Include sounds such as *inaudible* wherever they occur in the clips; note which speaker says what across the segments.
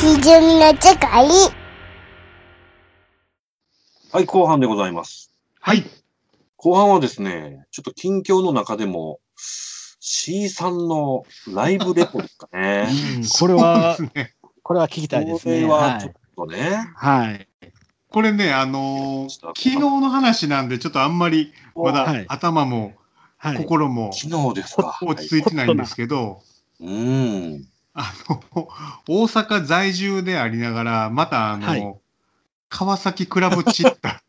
Speaker 1: 非常にの世界。
Speaker 2: はい、後半でございます。
Speaker 3: はい。
Speaker 2: 後半はですね、ちょっと近況の中でも、C さんのライブレポですかね。
Speaker 4: これは
Speaker 3: そうですね
Speaker 4: これは聞きたいです
Speaker 2: こ
Speaker 4: ね。
Speaker 2: れ
Speaker 4: は
Speaker 2: はちょっ
Speaker 4: い。
Speaker 2: とね、
Speaker 4: はい。
Speaker 3: これね、あのー
Speaker 2: ちょっと
Speaker 3: 昨日の話なんで、ちょっとあんまりまだ
Speaker 4: はい
Speaker 3: 頭も
Speaker 4: はい。
Speaker 3: 心も
Speaker 2: 昨日ですか。
Speaker 3: 落ち着いてないんですけど、
Speaker 2: はいうん。
Speaker 3: あの、大阪在住でありながら、またあの、
Speaker 4: はい
Speaker 3: 川崎クラブチッタ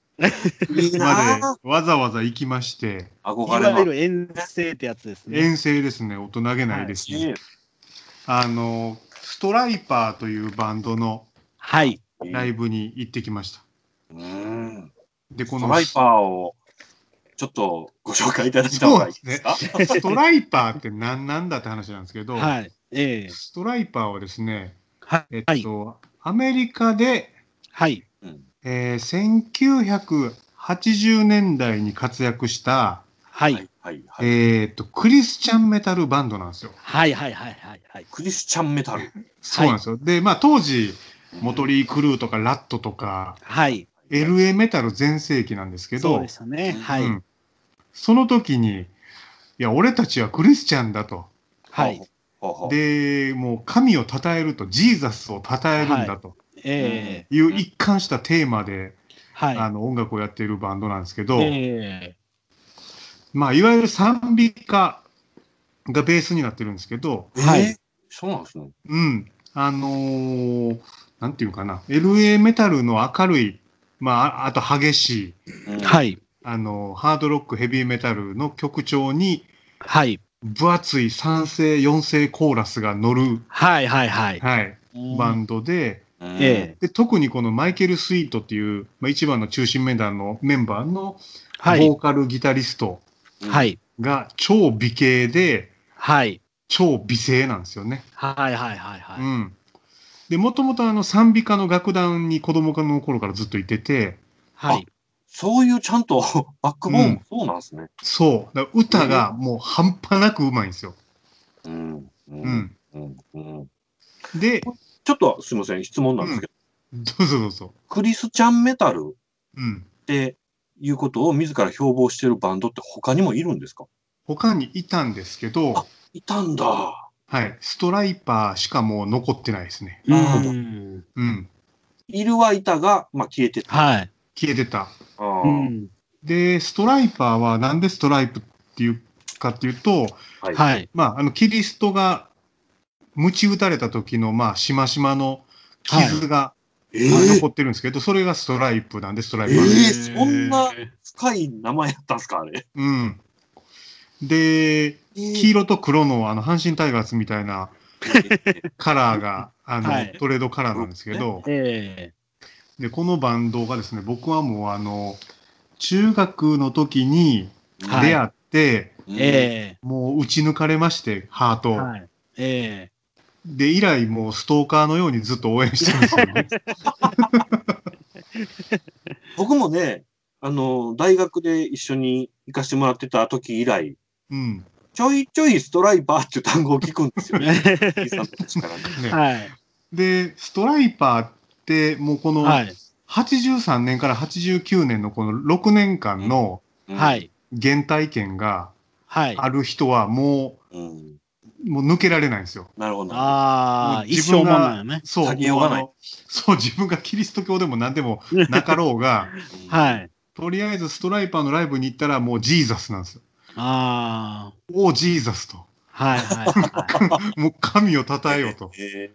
Speaker 2: い
Speaker 4: *laughs*
Speaker 2: い
Speaker 3: ま
Speaker 2: なぁ
Speaker 3: でわざわざ行きまして、
Speaker 4: い
Speaker 2: 憧れ
Speaker 4: わゆ
Speaker 2: は。
Speaker 4: る遠征ってやつですね。
Speaker 3: 遠征ですね、大人げないですね。
Speaker 2: ね
Speaker 3: あの、ストライパーというバンドの
Speaker 4: はい。
Speaker 3: ライブに行ってきました。
Speaker 2: うん。
Speaker 3: で、こ
Speaker 2: ス
Speaker 3: の
Speaker 2: トライパーをちょっとご紹介いただいた方がいいですか。
Speaker 3: ストライパーって何なんだって話なんですけど、
Speaker 4: はい。ええ
Speaker 3: ストライパーはですね、
Speaker 4: は
Speaker 3: えっ
Speaker 4: い。
Speaker 3: と、アメリカで、
Speaker 4: はい。
Speaker 2: うん
Speaker 3: えー1980年代に活躍した、
Speaker 4: は。。
Speaker 2: はいはい。はい。
Speaker 3: えーっと、クリスチャンメタルバンドなんですよ。
Speaker 4: はい。はい。はい。はい。はい。
Speaker 2: クリスチャンメタル。
Speaker 3: そうなんですよ。で、まあ当時、モト
Speaker 2: り。
Speaker 3: リー・クルーとかラットとか、
Speaker 4: はい。
Speaker 3: LA メタル全盛期なんですけ
Speaker 4: そう
Speaker 3: ど
Speaker 4: で、したね。
Speaker 2: うん
Speaker 4: はい。
Speaker 3: うんその時に、いや、俺たちはクリスチャンだと。
Speaker 4: はい。
Speaker 2: ほうほう。
Speaker 3: で、もう神を称えると、ジーザスを称えるんだと
Speaker 4: ええ
Speaker 3: いう一貫したテーマで、あ
Speaker 4: は
Speaker 3: の音楽をやっているバンドなんですけ
Speaker 4: い。
Speaker 3: ど、
Speaker 4: ええ
Speaker 3: まあ、いわゆる賛美歌がベースになってるんですけど、
Speaker 2: えー
Speaker 4: はい。
Speaker 2: そうなんですね。
Speaker 3: うん、あのーなんていうかな、LA メタルの明るい、まあ、ああと激しい、
Speaker 2: うん
Speaker 4: はい。
Speaker 3: あのーハードロック、ヘビーメタルの曲調に、
Speaker 4: はい。
Speaker 3: 分厚い3声、4声コーラスが乗る、
Speaker 4: はい。はい。はい。
Speaker 3: はい、バンドで、
Speaker 2: うん
Speaker 4: ええ
Speaker 3: で特にこのマイケル・スイートっていう、まあ、一番の中心メンバーのメンバーの
Speaker 4: は
Speaker 3: ボー
Speaker 4: い。
Speaker 3: カル、ギタリスト
Speaker 4: はい。
Speaker 3: が超美形で、
Speaker 4: はい。
Speaker 3: 超美声なんですよね。
Speaker 4: はい。はい。はい。
Speaker 3: う
Speaker 4: はい。
Speaker 3: ん、でもともとあの賛美歌の楽団に子供の頃からずっといてて
Speaker 4: はい。
Speaker 2: そういうちゃんと *laughs* バックボーンもそうなんですね。
Speaker 3: そうだから歌がもう半端なくうまいんですよ。
Speaker 2: うん。う
Speaker 3: う。ん、
Speaker 2: うんうん
Speaker 3: で
Speaker 2: ちょっとすみません、質問なんですけど、
Speaker 3: どうぞどうぞ。
Speaker 2: クリスチャンメタル
Speaker 3: うん、
Speaker 2: っていうことを自ら標榜してるバンドって他にもいるんですか
Speaker 3: 他にいたんですけど、
Speaker 2: いたんだ。
Speaker 3: はい、ストライパーしかもう残ってないですね。
Speaker 2: なるほど
Speaker 4: うん
Speaker 3: うん、
Speaker 2: いるはいたが、まあ、消えてた。
Speaker 4: はい。
Speaker 3: 消えてた。
Speaker 2: あー
Speaker 4: うん
Speaker 3: でストライパーはなんでストライプっていうかっていうと、
Speaker 2: はい
Speaker 4: はい。
Speaker 3: まあ、あのキリストが鞭打たれた時のまあしましまの傷が
Speaker 2: え
Speaker 3: 残
Speaker 2: ー、
Speaker 3: ってるんですけど、それがストライプなんで、ストライ
Speaker 2: え
Speaker 3: プなんです。
Speaker 2: ー、そんな深い名前やったんですかあれ。
Speaker 3: うん。で、黄色と黒のあの阪神タイガースみたい
Speaker 4: *laughs*
Speaker 3: なカラーが、あの、
Speaker 4: はい
Speaker 3: トレードカラーなんですけど、
Speaker 4: ええ
Speaker 3: で、このバンドがですね、僕はもうあの、中学の時に
Speaker 4: はい
Speaker 3: 出会って、
Speaker 4: え
Speaker 3: もう打ち抜かれまして、ハート
Speaker 4: え
Speaker 3: を。
Speaker 4: はい。え
Speaker 3: で、以来もうストーカーのようにずっと応援してるんですよ
Speaker 4: *laughs*
Speaker 3: ね。
Speaker 2: 僕もね、あの、大学で一緒に行かしてもらってた時以来、
Speaker 3: うん。
Speaker 2: ちょいちょいストライバーっていう単語を聞くん *laughs* ですよ
Speaker 4: *laughs*
Speaker 2: ね。T さんたちからね。
Speaker 3: ね
Speaker 4: えはい。
Speaker 3: で、ストライパーって、もうこの、
Speaker 4: はい。
Speaker 3: 83年から89年のこの6年間の
Speaker 2: うん
Speaker 4: はい。
Speaker 3: 原体験が
Speaker 4: はい。
Speaker 3: ある人はも
Speaker 2: うん、
Speaker 3: うもう抜けられないんですよ。
Speaker 2: なるほど。
Speaker 4: ああ、
Speaker 3: もう
Speaker 4: 一
Speaker 3: 自分
Speaker 4: 生もん
Speaker 3: が
Speaker 4: なんよね。
Speaker 3: そう
Speaker 2: 先ようがない
Speaker 3: もうあのそう自分がキリスト教でも何で
Speaker 4: *laughs*
Speaker 3: もなかろうが
Speaker 2: うん。
Speaker 4: はい。
Speaker 3: とりあえずストライパーのライブに行ったらもうジーザスなんですよ。
Speaker 4: あ
Speaker 3: おージーザスと。
Speaker 4: あ、はいはいはい。
Speaker 3: もう神を称えようと
Speaker 2: え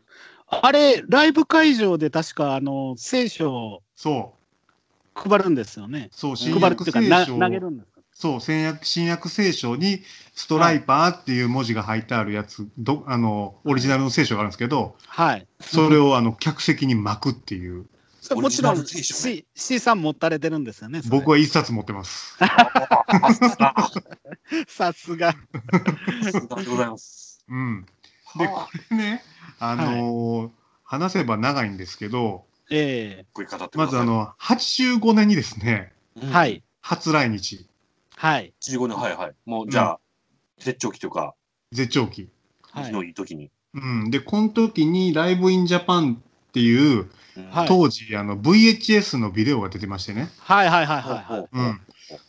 Speaker 4: あれ、ライブ会場で確か、あの、聖書を
Speaker 3: そう
Speaker 4: 配るんですよね。
Speaker 3: そう
Speaker 2: 配
Speaker 3: 新
Speaker 4: 配るって
Speaker 3: 約
Speaker 4: いうか、
Speaker 3: 聖
Speaker 4: な
Speaker 3: 書
Speaker 4: 投
Speaker 3: を
Speaker 4: げるんですか
Speaker 3: そう新約新約聖書にストライパーっていう文字が入ってあるやつどあのオリジナルの聖書があるんですけど
Speaker 4: はい。
Speaker 3: それをあの客席に巻くっていう。
Speaker 4: それもちろ
Speaker 2: オ
Speaker 4: ん
Speaker 2: リジナル聖
Speaker 4: C,
Speaker 2: 書
Speaker 4: C さん持たれてるんですよね。それ
Speaker 3: 僕は一冊持って
Speaker 4: *laughs*
Speaker 3: ます。
Speaker 4: さすが。
Speaker 2: ー、ありがとうございます。
Speaker 3: うん。で、これね、あのー話せば長いんですけど、
Speaker 4: え
Speaker 2: こういう方って
Speaker 3: まずあ、の、85年にですね、
Speaker 2: う
Speaker 4: え
Speaker 2: ん
Speaker 4: はい。
Speaker 3: 初来日、
Speaker 4: はい。
Speaker 2: 15年、はいはい。もう、じゃあ、絶頂期というか、
Speaker 3: 絶頂期。
Speaker 4: はい
Speaker 2: のいい時に。
Speaker 3: うん。で、この時に、ライブインジャパンっていう、
Speaker 4: はい
Speaker 3: 当時あの VHS のビデオが出てましてね、
Speaker 4: はいはいはい
Speaker 2: はい
Speaker 4: はい。
Speaker 2: はいはい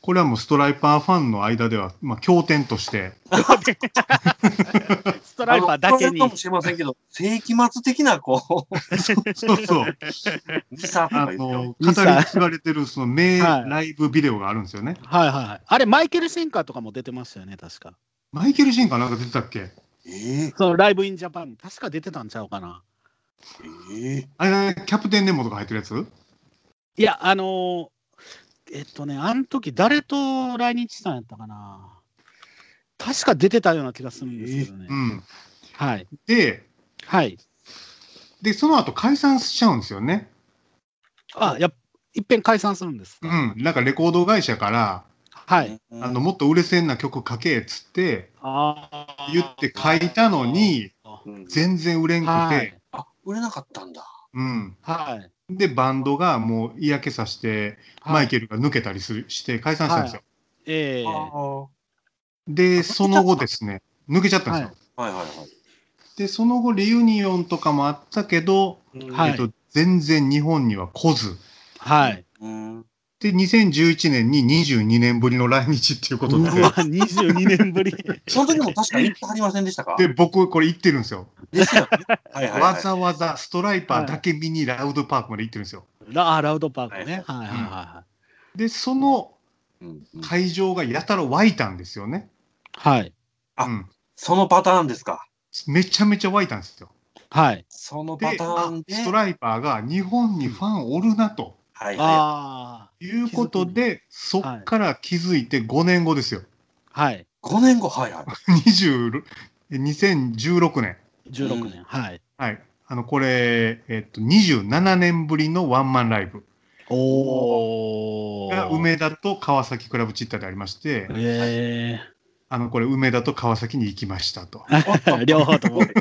Speaker 3: これはもうストライパーファンの間では、まあ、経典と
Speaker 4: *laughs*
Speaker 3: して、
Speaker 4: ストライパーだけ
Speaker 2: あの聞こえる
Speaker 4: に
Speaker 2: か。もしれませんけど、世紀末的な、こう、
Speaker 3: そうそう、
Speaker 2: ミサと
Speaker 3: あ
Speaker 2: か言って
Speaker 3: の語
Speaker 2: よ
Speaker 3: り継がれてるその名
Speaker 4: はい
Speaker 3: ライブビデオがあるんですよね。
Speaker 4: はいはいはい。あれ、マイケル・シンカーとかも出てましたよね、確か。
Speaker 3: マイケル・シンかなんか出てたっけ
Speaker 2: ええ
Speaker 4: そのライブ・イン・ジャパン、確か出てたんちゃうかな。
Speaker 2: ええ
Speaker 3: あれ、キャプテン・ネモとか入ってるやつ
Speaker 4: いや、あのーえっとね、あの時誰と来日したんやったかな。確か出てたような気がするんですけどね。
Speaker 3: うん。
Speaker 4: はい。
Speaker 3: で、
Speaker 4: はい。
Speaker 3: で、その後解散しちゃうんですよね。
Speaker 4: あ、やっいっぺん解散するんです
Speaker 3: う
Speaker 4: か。
Speaker 3: ん。なんかレコード会社から、
Speaker 4: はい。
Speaker 2: うん
Speaker 3: あの、もっと売れ線な曲書けっつって
Speaker 4: ああ
Speaker 3: 言って書いたのに、
Speaker 2: うん
Speaker 3: 全然売れんくて、
Speaker 4: はい。
Speaker 2: あ、売れなかったんだ。
Speaker 3: うん。
Speaker 4: はい。
Speaker 3: で、バンドがもう嫌気さして、マイケルが抜けたりするして解散したんですよ。
Speaker 4: ええ
Speaker 2: あ
Speaker 3: で、その後ですね、抜けちゃったんですよ。
Speaker 4: は
Speaker 2: あはいはいは
Speaker 3: で、その後、リユニオンとかもあったけど、
Speaker 2: い。
Speaker 4: はい
Speaker 3: えっと、全然日本には来ず。
Speaker 4: はい。
Speaker 2: うん
Speaker 3: で、2011年に22年ぶりの来日っていうことで、
Speaker 4: うわ、22
Speaker 3: *laughs*
Speaker 4: 年ぶり。
Speaker 2: その時も確か行ってはりませんでしたか
Speaker 3: で、僕、これ行ってるんですよ。
Speaker 2: ですよね。はいはいはい。
Speaker 3: わざわざストライパーだけ見にラウドパークまで行ってるんですよ。
Speaker 4: ラあラウドパークね。はいはいはいは
Speaker 3: で、その
Speaker 2: うんうん
Speaker 3: 会場がやたら湧いたんですよね。
Speaker 4: い。はい。
Speaker 2: あ
Speaker 3: うん。
Speaker 2: そのパターンですか。
Speaker 3: めちゃめちゃ湧いたんですよ。
Speaker 4: はい。
Speaker 2: その
Speaker 3: で、
Speaker 2: パターン
Speaker 3: あ
Speaker 2: で。
Speaker 3: ストライパーが日本にファンおるなと
Speaker 2: はいは
Speaker 4: あ
Speaker 3: いうことで、そ
Speaker 4: く
Speaker 3: っから気づいて5年後ですよ。
Speaker 4: あ。はい。
Speaker 2: い。5年後、はいはい。
Speaker 3: 20 2016年。
Speaker 4: 16年。はい。
Speaker 3: はい。あの、これ、えっと、27年ぶりのワンマンライブ
Speaker 4: おお。
Speaker 3: が梅田と川崎クラブチッターでありまして、
Speaker 4: え
Speaker 3: あの、これ梅田と川崎に行きました
Speaker 2: *laughs*
Speaker 3: と。
Speaker 2: おっと
Speaker 4: え両方と
Speaker 2: *laughs*
Speaker 4: も。
Speaker 3: はい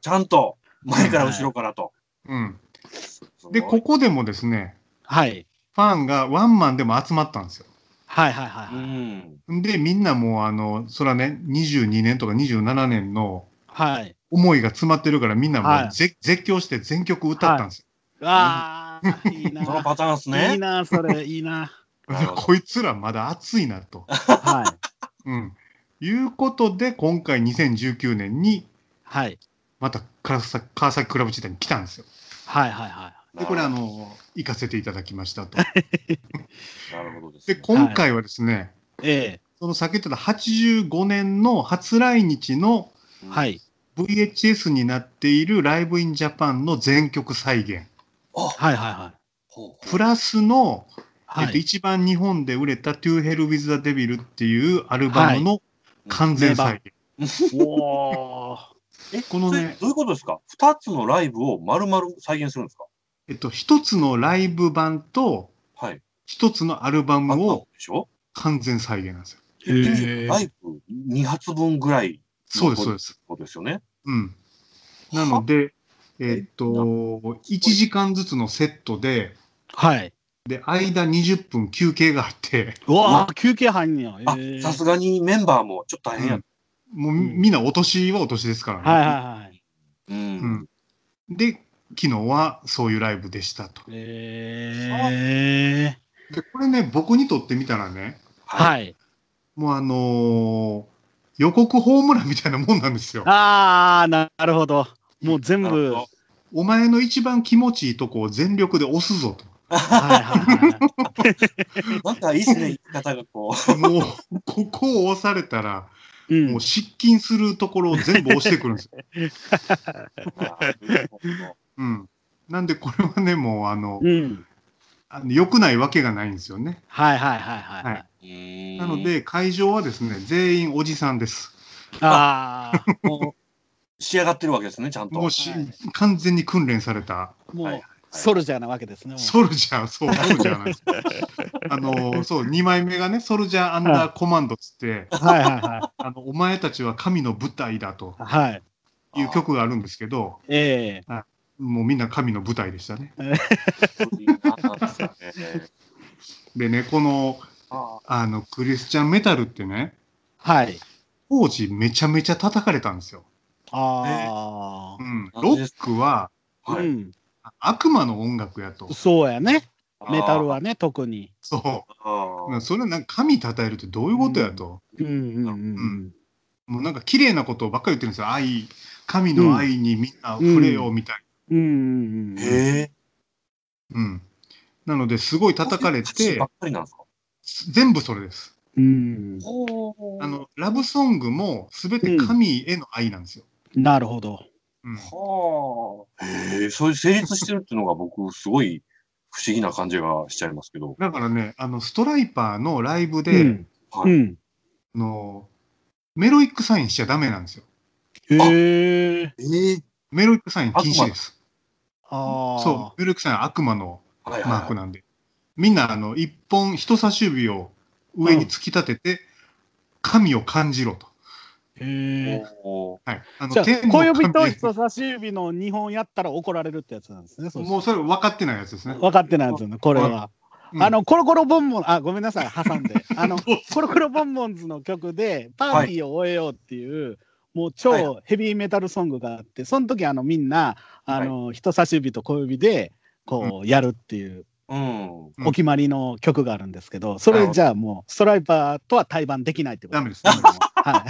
Speaker 2: ちゃんと、前から後ろからと。
Speaker 3: うん。で、
Speaker 2: すごい
Speaker 3: ここでもですね、
Speaker 4: はい。
Speaker 3: ファンがワンマンでも集まったんですよ。
Speaker 4: はいはいは
Speaker 2: う
Speaker 4: いはい。
Speaker 2: ん。
Speaker 3: で、みんなもう、あの、そらね、22年とか27年の
Speaker 4: はい。
Speaker 3: 思いが詰まってるから、みんなもう、
Speaker 4: はい
Speaker 3: ぜ絶叫して全曲歌ったんですよ。
Speaker 4: ああ、いい
Speaker 2: その
Speaker 4: な。
Speaker 2: パターンです
Speaker 4: いい
Speaker 2: ね。
Speaker 4: な、それ、いいな。
Speaker 2: なるほど
Speaker 3: *laughs* こいつらまだ熱いなと。
Speaker 2: *laughs*
Speaker 4: はい。
Speaker 3: うん。いうことで、今回2019年に、
Speaker 4: はい。
Speaker 3: また川崎川崎クラブ時代に来たんですよ。
Speaker 4: はいはいは
Speaker 3: で、これ、あの、行かせていただきました
Speaker 2: *laughs*
Speaker 3: と。
Speaker 2: なるほどです
Speaker 3: で、
Speaker 2: ね。。
Speaker 3: 今回はですね、
Speaker 4: い。え
Speaker 3: その先言ってた85年の初来日の
Speaker 4: え。はいい。
Speaker 3: VHS になっているライブインジャパンの全曲再現、
Speaker 2: あ
Speaker 4: はいはいはい。
Speaker 2: ほう
Speaker 3: プラスの、えっ
Speaker 4: は
Speaker 3: と、
Speaker 4: い。
Speaker 3: 一番日本で売れた To Hell with the Devil っていうアルバムの完全再現。
Speaker 4: お
Speaker 2: *laughs*
Speaker 4: お。
Speaker 2: え、
Speaker 3: このね
Speaker 2: それどういうことですか二つのライブを丸々再現するんですか
Speaker 3: えっと、一つのライブ版と
Speaker 2: はい。
Speaker 3: 一つのアルバム
Speaker 2: あったん
Speaker 3: を
Speaker 2: でしょ
Speaker 3: 完全再現なんですよ。
Speaker 4: え
Speaker 2: ライブ2発分ぐらい
Speaker 3: そうです、そうです。
Speaker 2: のことですよね。
Speaker 3: うん。なので、えっと、
Speaker 2: な
Speaker 3: 1時間ずつのセットで、
Speaker 4: はい。
Speaker 3: で、間20分休憩があって、
Speaker 4: うわあ、休憩入んねや。
Speaker 2: あ
Speaker 4: ええ、
Speaker 2: さすがにメンバーもちょっと大変やっ
Speaker 3: もう
Speaker 4: う
Speaker 3: み
Speaker 4: ん
Speaker 3: みんなお年はお年ですからね。
Speaker 4: はいはいはい。
Speaker 2: た。う
Speaker 3: うんん。で、昨日はそういうライブでしたと。
Speaker 4: ええ。
Speaker 3: で、これね、僕にとってみたらね、
Speaker 2: はい。
Speaker 4: はい。
Speaker 3: もうあのー予告ホームランみたいなもんなんですよ。
Speaker 4: ああ、なるほど。もう全
Speaker 2: なる
Speaker 4: 部。
Speaker 2: ほ
Speaker 4: はい
Speaker 2: ど
Speaker 3: お前の一番気持ちいいとこを全力で押すぞ
Speaker 4: はいはい。
Speaker 2: なんかいいですね、言い方が
Speaker 3: *laughs*
Speaker 2: こ
Speaker 3: と。もう、ここを押されたら、
Speaker 2: *laughs*
Speaker 4: う
Speaker 3: も
Speaker 4: ん
Speaker 3: う。失禁するところを全部押してくるんですよ。
Speaker 2: う。なるほど
Speaker 3: うん。なんで、これはね、もうあの、
Speaker 4: うん。
Speaker 3: あの良くないわけがないんですよね。
Speaker 4: はいはいはいはい。
Speaker 3: は
Speaker 4: はい
Speaker 2: うー
Speaker 4: い、
Speaker 2: ん
Speaker 3: なので、会場はですね、全員おじさんです。
Speaker 4: ああ、
Speaker 2: *laughs*
Speaker 4: も
Speaker 2: 仕上がってるわけですね、ちゃんと。
Speaker 3: もうし、
Speaker 4: はい
Speaker 3: 完全に訓練された
Speaker 4: う、も、
Speaker 2: はいう
Speaker 4: ソルジャーなわけですね。もう
Speaker 3: ソルジャー、そう、ソルジャーなんですよ。あの、そう、2枚目がね、ソルジャーアンダーコマンドっつって、
Speaker 4: はいはいは
Speaker 3: あの、お前たちは神の舞台だと
Speaker 4: い。はい。
Speaker 3: いう曲があるんですけど、
Speaker 4: ええ
Speaker 3: もうみんな神の舞台でしたね。
Speaker 2: あー。いいななんですよね
Speaker 3: でね、この、
Speaker 2: あ
Speaker 3: あの、クリスチャンメタルってね、
Speaker 4: はい。
Speaker 3: 当時めちゃめちゃ叩かれたんですよ。
Speaker 4: あ
Speaker 3: うん。
Speaker 2: あ
Speaker 3: ロックは、
Speaker 2: ー
Speaker 4: あ。
Speaker 2: は
Speaker 4: う
Speaker 2: い。
Speaker 4: ん。
Speaker 3: あ悪魔の音楽やと。
Speaker 4: そうやね。
Speaker 2: あー
Speaker 4: メタル。はね、特に。
Speaker 3: そ
Speaker 2: あ
Speaker 3: う。
Speaker 2: ー
Speaker 3: それなんか神称えるってどういうことやと。
Speaker 4: うんうんうんうん。
Speaker 3: もうなんか綺麗なことばっかり言ってるんですよ。愛、神の愛にみんな触れようみたい
Speaker 4: うんうんうん。
Speaker 2: へえ。
Speaker 3: な。うん。なのですごい叩かれて
Speaker 2: ばっ、かりなんですか。
Speaker 3: 全部それです。
Speaker 4: うん。
Speaker 2: ほ
Speaker 3: あ。の、ラブソングも全て神への愛なんですよ。
Speaker 4: なるほど。
Speaker 3: うん。
Speaker 2: はあ。へえ、そういう成立してるっていうのが僕、すごい不思議な感じがしちゃいますけど。
Speaker 3: だからね、あの、ストライパーのライブ
Speaker 4: う
Speaker 3: で、
Speaker 4: ん。
Speaker 2: は
Speaker 4: う
Speaker 2: い。
Speaker 4: ん。
Speaker 3: あの、メロイックサインしちゃダメなんですよ。
Speaker 4: へえ。
Speaker 2: ええ。
Speaker 3: メロイックサイン禁止です。
Speaker 4: ああ。
Speaker 3: そう、メロイックサインは悪魔の
Speaker 2: はい
Speaker 3: マーク
Speaker 2: は
Speaker 3: なんで。みんな、あの、一本、人差し指を上に突き立てて、神を感じろと。
Speaker 4: へ
Speaker 2: いはい
Speaker 4: え。。
Speaker 2: おー
Speaker 3: はい。あ
Speaker 4: じゃあ、
Speaker 3: 天の
Speaker 4: 小指と
Speaker 3: 神
Speaker 4: 人差し指の2本やったら怒られるってやつなんですね。そ
Speaker 3: もうそれ分かってないやつですね。
Speaker 4: 分かってないやつよね、これは。
Speaker 3: うん
Speaker 4: あ、の、コロコロボンボン、あ、ごめんなさい、挟
Speaker 3: *laughs*
Speaker 4: んで。あの、コロコロボンボンズの曲で、パーティーを終えようっていう、もう
Speaker 2: はい
Speaker 4: 超ヘビーメタルソングがあって、その時あのみんな、あの、人差し指と小指で、こう、やるっていう、
Speaker 2: うん。
Speaker 3: うん
Speaker 4: お決まりの曲があるんですけど、それじゃあもう、ストライパーとは対バンできないってこと
Speaker 3: ダメです
Speaker 4: ね。は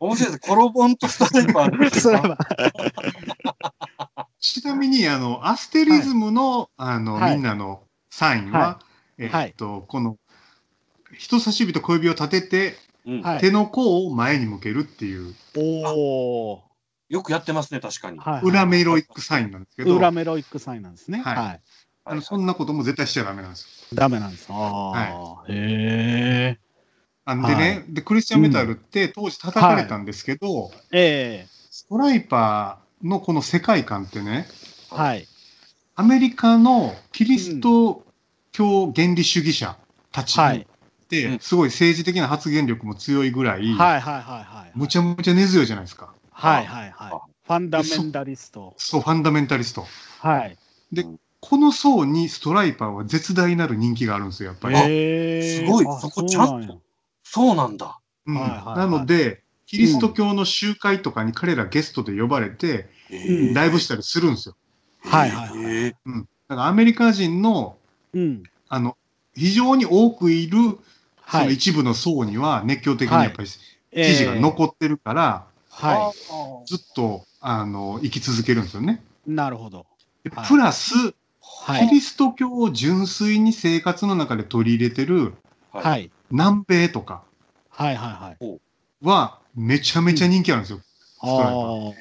Speaker 2: 面白いです。コロボンとストライパーなんで
Speaker 4: い。
Speaker 2: す
Speaker 4: *laughs* ストライ
Speaker 2: か。
Speaker 4: パー。
Speaker 3: ちなみに、あの、アステリズムの、あの、
Speaker 4: はい
Speaker 3: みんなのサインは、
Speaker 4: は
Speaker 3: えーっと、この、人差し指と小指を立てて、
Speaker 2: うん
Speaker 4: はい
Speaker 3: *laughs* 手の甲を前に向けるっていう、
Speaker 4: おー。
Speaker 2: よくやってますね、確かに。
Speaker 4: はいはい
Speaker 3: 裏メロイックサインなんですけど、
Speaker 4: 裏メロイックサインなんですね。
Speaker 3: はい
Speaker 4: はい
Speaker 3: あのそんなことも絶対しちゃダメなんですよ。
Speaker 4: ダメなんです。ああ、へえ。
Speaker 3: あのでね、でクリスチャンメタルって当時叩かれたんですけど、
Speaker 4: え
Speaker 3: ストライパーのこの世界観ってね、
Speaker 4: えはい。
Speaker 3: アメリカのキリスト教原理主義者たち
Speaker 4: はい。
Speaker 3: って、
Speaker 2: うん
Speaker 3: すごい政治的な発言力も強いぐらい、
Speaker 4: はいはいはいはい。
Speaker 3: むちゃむちゃ根強いじゃないですか。
Speaker 4: はいはいはい。
Speaker 2: あ
Speaker 4: ファンダメンタリスト。
Speaker 3: そう、ファンダメンタリスト。
Speaker 4: はい。
Speaker 3: この層にストライパーは絶大なる人気があるんですよ、やっぱり。
Speaker 4: へえ。
Speaker 2: すごい
Speaker 4: あ
Speaker 2: そこちゃんと
Speaker 4: うなや
Speaker 2: そうなんだ。
Speaker 3: うん
Speaker 4: はいはいはい
Speaker 3: なので、キリスト教の集会とかに彼らゲストで呼ばれて、
Speaker 2: え
Speaker 4: うん
Speaker 3: ライブしたりするんですよ。
Speaker 4: はいはいはい
Speaker 2: ええ。
Speaker 3: だからアメリカ人の、
Speaker 4: うん。
Speaker 3: あの、非常に多くいる、そ
Speaker 4: は
Speaker 3: の
Speaker 4: い。
Speaker 3: 一部の層には熱狂的にやっぱり支持が残ってるから、
Speaker 4: ええは
Speaker 3: ずっと、あの、生き続けるんですよね。
Speaker 4: い。なるほど。
Speaker 3: で
Speaker 4: はい
Speaker 3: プラス、
Speaker 4: は
Speaker 3: キ
Speaker 4: い。
Speaker 3: リスト教を純粋に生活の中で取り入れてる
Speaker 4: はいい。
Speaker 3: 南米とか
Speaker 4: はいはいはい。
Speaker 3: はめちゃめちゃ人気あるんですよ。
Speaker 4: ああ、はいは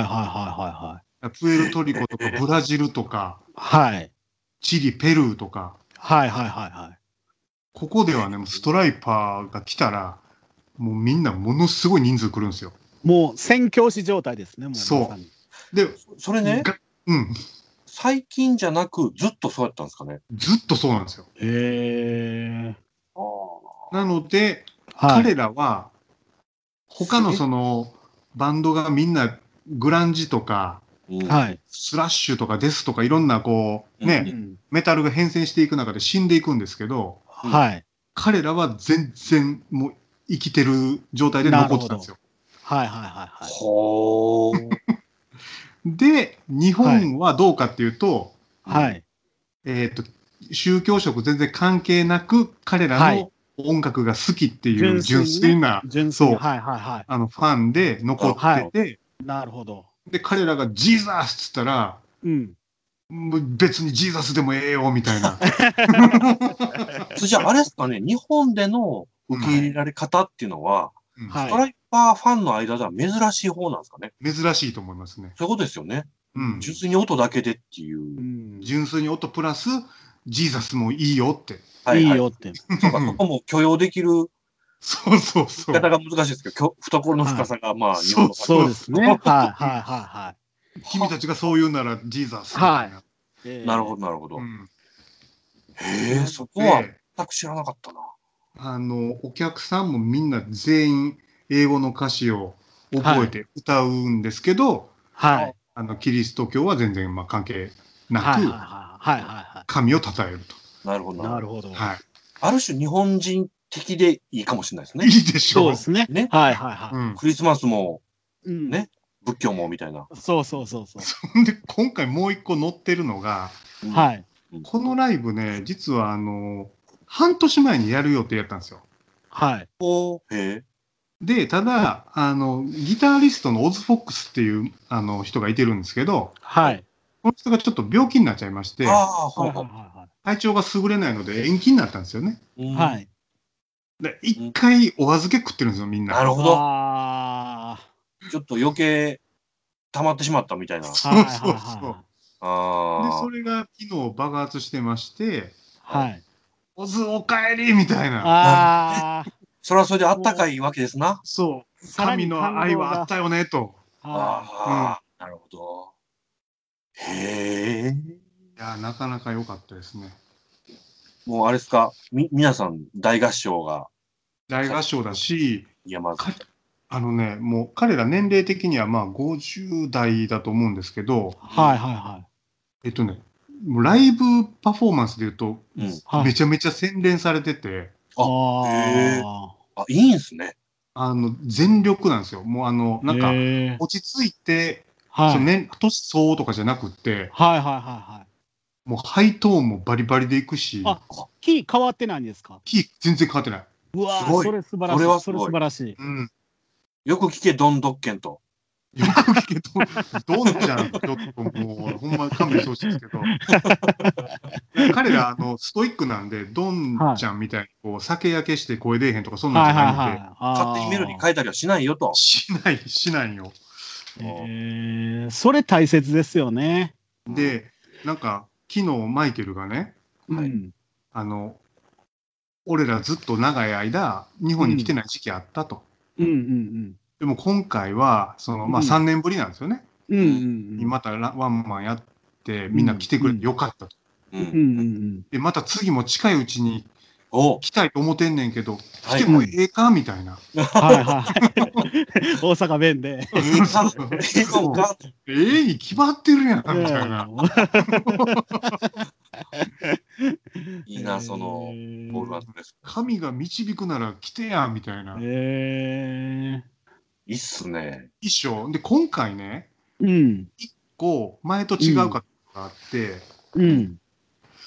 Speaker 4: いは
Speaker 3: プエルトリコとかブラジルとか、
Speaker 4: いはいはい。はい。
Speaker 3: チリ、ペルーとか、
Speaker 4: はいはいはいはい。
Speaker 3: ここではね、もうストライパーが来たら、もうみんなものすごい人数来るんですよ。
Speaker 4: もう宣教師状態ですね、もう。
Speaker 3: そう
Speaker 4: まさに
Speaker 3: で、
Speaker 2: それね、
Speaker 3: がうん、
Speaker 2: 最近じゃなく、ずっとそうやったんですかね。
Speaker 3: ずっとそうなんですよ。
Speaker 4: へえ。
Speaker 2: あ
Speaker 3: なので、
Speaker 4: はい。
Speaker 3: 彼らは、他のその、バンドがみんなグランジとか、
Speaker 2: あ。
Speaker 4: はい。
Speaker 3: スラッシュとかデスとかいろんなこう、
Speaker 2: う
Speaker 4: う
Speaker 3: ね、
Speaker 4: ん
Speaker 3: メタルが変遷していく中で死んでいくんですけど、
Speaker 4: はい。
Speaker 3: 彼らは全然もう生きてる状態で残ってたんですよ。
Speaker 4: はいはいはいはい。
Speaker 2: ほー。
Speaker 3: で、日本はどうかっていうと、
Speaker 4: はい。
Speaker 3: えっ、と、宗教色全然関係なく、彼
Speaker 4: は
Speaker 3: ら
Speaker 4: い
Speaker 3: の音楽が好きっていう
Speaker 4: 純粋
Speaker 3: 純
Speaker 4: にね
Speaker 3: 粋な、
Speaker 4: 純粋に。
Speaker 3: そう
Speaker 4: はいはいは
Speaker 3: あの、ファンで残ってて、
Speaker 4: い。なるほど。
Speaker 3: で、彼らがジーザスっつったら、
Speaker 4: うん。
Speaker 3: もう別にジーザスでもええよ、みたいな。
Speaker 2: それじゃあ、あれですかね、日本での受け入れられ方っていうのは、
Speaker 3: うん
Speaker 4: は
Speaker 2: ストライパーファンの間では珍しい方なんですかね。
Speaker 3: 珍しいと思いますね。
Speaker 2: そういうことですよね。
Speaker 3: うん。
Speaker 2: 純粋に音だけでっていうう。
Speaker 4: ん。
Speaker 3: 純粋に音プラス、ジーザスもいいよって。
Speaker 2: はい
Speaker 4: い
Speaker 2: はい
Speaker 4: よって。
Speaker 2: そうか、そこも許容できる
Speaker 3: そうそうそ。
Speaker 2: 言いう方が難しいですけど、きょ懐の深さが、まあ、
Speaker 3: そう
Speaker 2: 日本の
Speaker 3: そう
Speaker 4: そうですね。はいはいは
Speaker 3: 君たちがそう言うならジーザス。
Speaker 4: はい
Speaker 3: み
Speaker 4: いはい。
Speaker 2: なるほ
Speaker 4: ど。
Speaker 2: ど、なるほど。
Speaker 3: たいな。うん。
Speaker 2: へえ、そこは
Speaker 3: で
Speaker 2: 全く知らなかったな。
Speaker 3: あの、お客さんもみんな全員英語の歌詞を覚えて歌うんですけど、
Speaker 4: はい。
Speaker 3: あの、キリスト教は全然まあ関係な
Speaker 4: はいはい
Speaker 3: く、
Speaker 4: はいは
Speaker 3: 神を称える
Speaker 2: なるほ
Speaker 4: い。
Speaker 2: ど、なるほ
Speaker 4: な
Speaker 2: ど。
Speaker 4: るほど
Speaker 3: と。。は
Speaker 2: ある種、日本人的でいいかもしれないです
Speaker 3: い。い
Speaker 2: ね。
Speaker 3: いでし
Speaker 4: そう
Speaker 3: ょう
Speaker 4: で。すね
Speaker 2: ね。
Speaker 4: はいはいは
Speaker 3: うん
Speaker 2: クリスマスも
Speaker 4: い。うん
Speaker 2: ね。仏教もみたいな。。
Speaker 4: そうそうそうそう。
Speaker 3: で、今回もう一個載ってるのが、
Speaker 4: はいい。
Speaker 3: このライブね、実はあの、半年前にやる予定やったんですよ。
Speaker 4: はい。
Speaker 2: ほうへえ。
Speaker 3: で、ただ、あの、ギタリストのオズフォックスっていう、あの、人がいてるんですけど、
Speaker 4: はい。
Speaker 3: この人がちょっと病気になっちゃいまして、
Speaker 2: ああ、
Speaker 4: は
Speaker 2: ほ
Speaker 4: いう
Speaker 2: ほ
Speaker 4: は
Speaker 3: 体調が優れないので延期になったんですよね。
Speaker 2: うう
Speaker 4: い
Speaker 2: ん
Speaker 4: はい。はい。
Speaker 3: で、一回お預け食ってるんですよ、みんな。
Speaker 2: なるほど。
Speaker 4: ああ。
Speaker 2: ちょっと余計溜まってしまったみたいな。あ
Speaker 4: はいはい
Speaker 3: そうそう
Speaker 4: はい
Speaker 3: そうで、
Speaker 2: あ
Speaker 3: そ。れが昨日爆発してまして、
Speaker 4: はい。
Speaker 3: オズお帰りみたいな。
Speaker 4: ああ。
Speaker 2: それはそれであったかいわけですな。
Speaker 3: そう。
Speaker 4: さら
Speaker 3: 神
Speaker 4: に感動が
Speaker 3: の愛はあったよね、と。
Speaker 4: は
Speaker 2: ああ、なるほど。へえ。
Speaker 3: いや、なかなか良かったですね。
Speaker 2: もうあれですか、み、皆さん大合唱が
Speaker 3: 大合唱だし、
Speaker 2: 山津
Speaker 3: か。あのね、もう彼ら年齢的にはまあ50代だと思うんですけど、
Speaker 4: いはいは
Speaker 3: えっとね、もうライブパフォーマンスで言うと、
Speaker 2: うん。
Speaker 4: いはい。
Speaker 3: めちゃめちゃ洗練されてて、
Speaker 4: あ
Speaker 2: へ
Speaker 4: あ。
Speaker 2: あ、いいんすね。
Speaker 3: あの、全力なんですよ。もうあの、なんか、
Speaker 4: へー
Speaker 3: 落ち着いて、
Speaker 4: はい
Speaker 3: その年、年相応とかじゃなくって、
Speaker 4: はいはいはいはい。
Speaker 3: もうハイトーンもバリバリでいくし、
Speaker 4: あキー変わってないんですか
Speaker 3: キー全然変わってない。
Speaker 4: うわー
Speaker 2: すごい
Speaker 4: それ素晴らし
Speaker 2: そ
Speaker 4: い。
Speaker 2: れはす
Speaker 4: そ
Speaker 2: ご
Speaker 4: れ
Speaker 2: い
Speaker 4: 素晴らしい。
Speaker 3: うん。
Speaker 2: よく聞け、どんどっけんと。
Speaker 3: よく聞けど、ど *laughs* んちゃん、ちょっともう、ほんま勘弁してほしいんですけ
Speaker 4: *laughs*
Speaker 3: ど、彼ら、あの、ストイックなんで、どんちゃんみたいに、こう、酒焼けして声出えへんとか、そんなん
Speaker 4: は
Speaker 3: じ
Speaker 4: い
Speaker 3: ゃ
Speaker 4: はい
Speaker 3: ない
Speaker 4: は
Speaker 3: んで、
Speaker 4: い。
Speaker 2: 勝手にメロディー
Speaker 4: い
Speaker 2: 変えたりはしないよと。
Speaker 3: しない、しないよ。
Speaker 4: えー、それ大切ですよね。
Speaker 3: で、なんか、昨日、マイケルがね、
Speaker 2: はい
Speaker 4: うん
Speaker 3: あの、俺らずっと長い間、日本に来てない時期あったと。
Speaker 4: うんうん
Speaker 3: でも今回は、その、まあ
Speaker 4: うん
Speaker 3: 3年ぶりなんですよね。
Speaker 4: うん。うんうんうん。
Speaker 3: またラワンマンやって、みんな来てくれてよかったと。
Speaker 2: う
Speaker 4: うんうんう。ん。
Speaker 3: で、また次も近いうちに
Speaker 2: おう
Speaker 3: 来たいと思ってんねんけど、
Speaker 2: は
Speaker 3: 来
Speaker 2: い
Speaker 3: てもええかみたいな。
Speaker 4: はいはい。大阪弁で。
Speaker 2: ええか、ええかもか。
Speaker 3: ええに決まってるやん、みたいな。
Speaker 2: いいな、その、ボールアンドです。
Speaker 3: 神が導くなら来てや、みたいな。
Speaker 4: え
Speaker 2: いいっすね。
Speaker 3: 一生。で、今回ね、
Speaker 4: ー、うん
Speaker 3: こう、前と違うかがあって、
Speaker 4: うん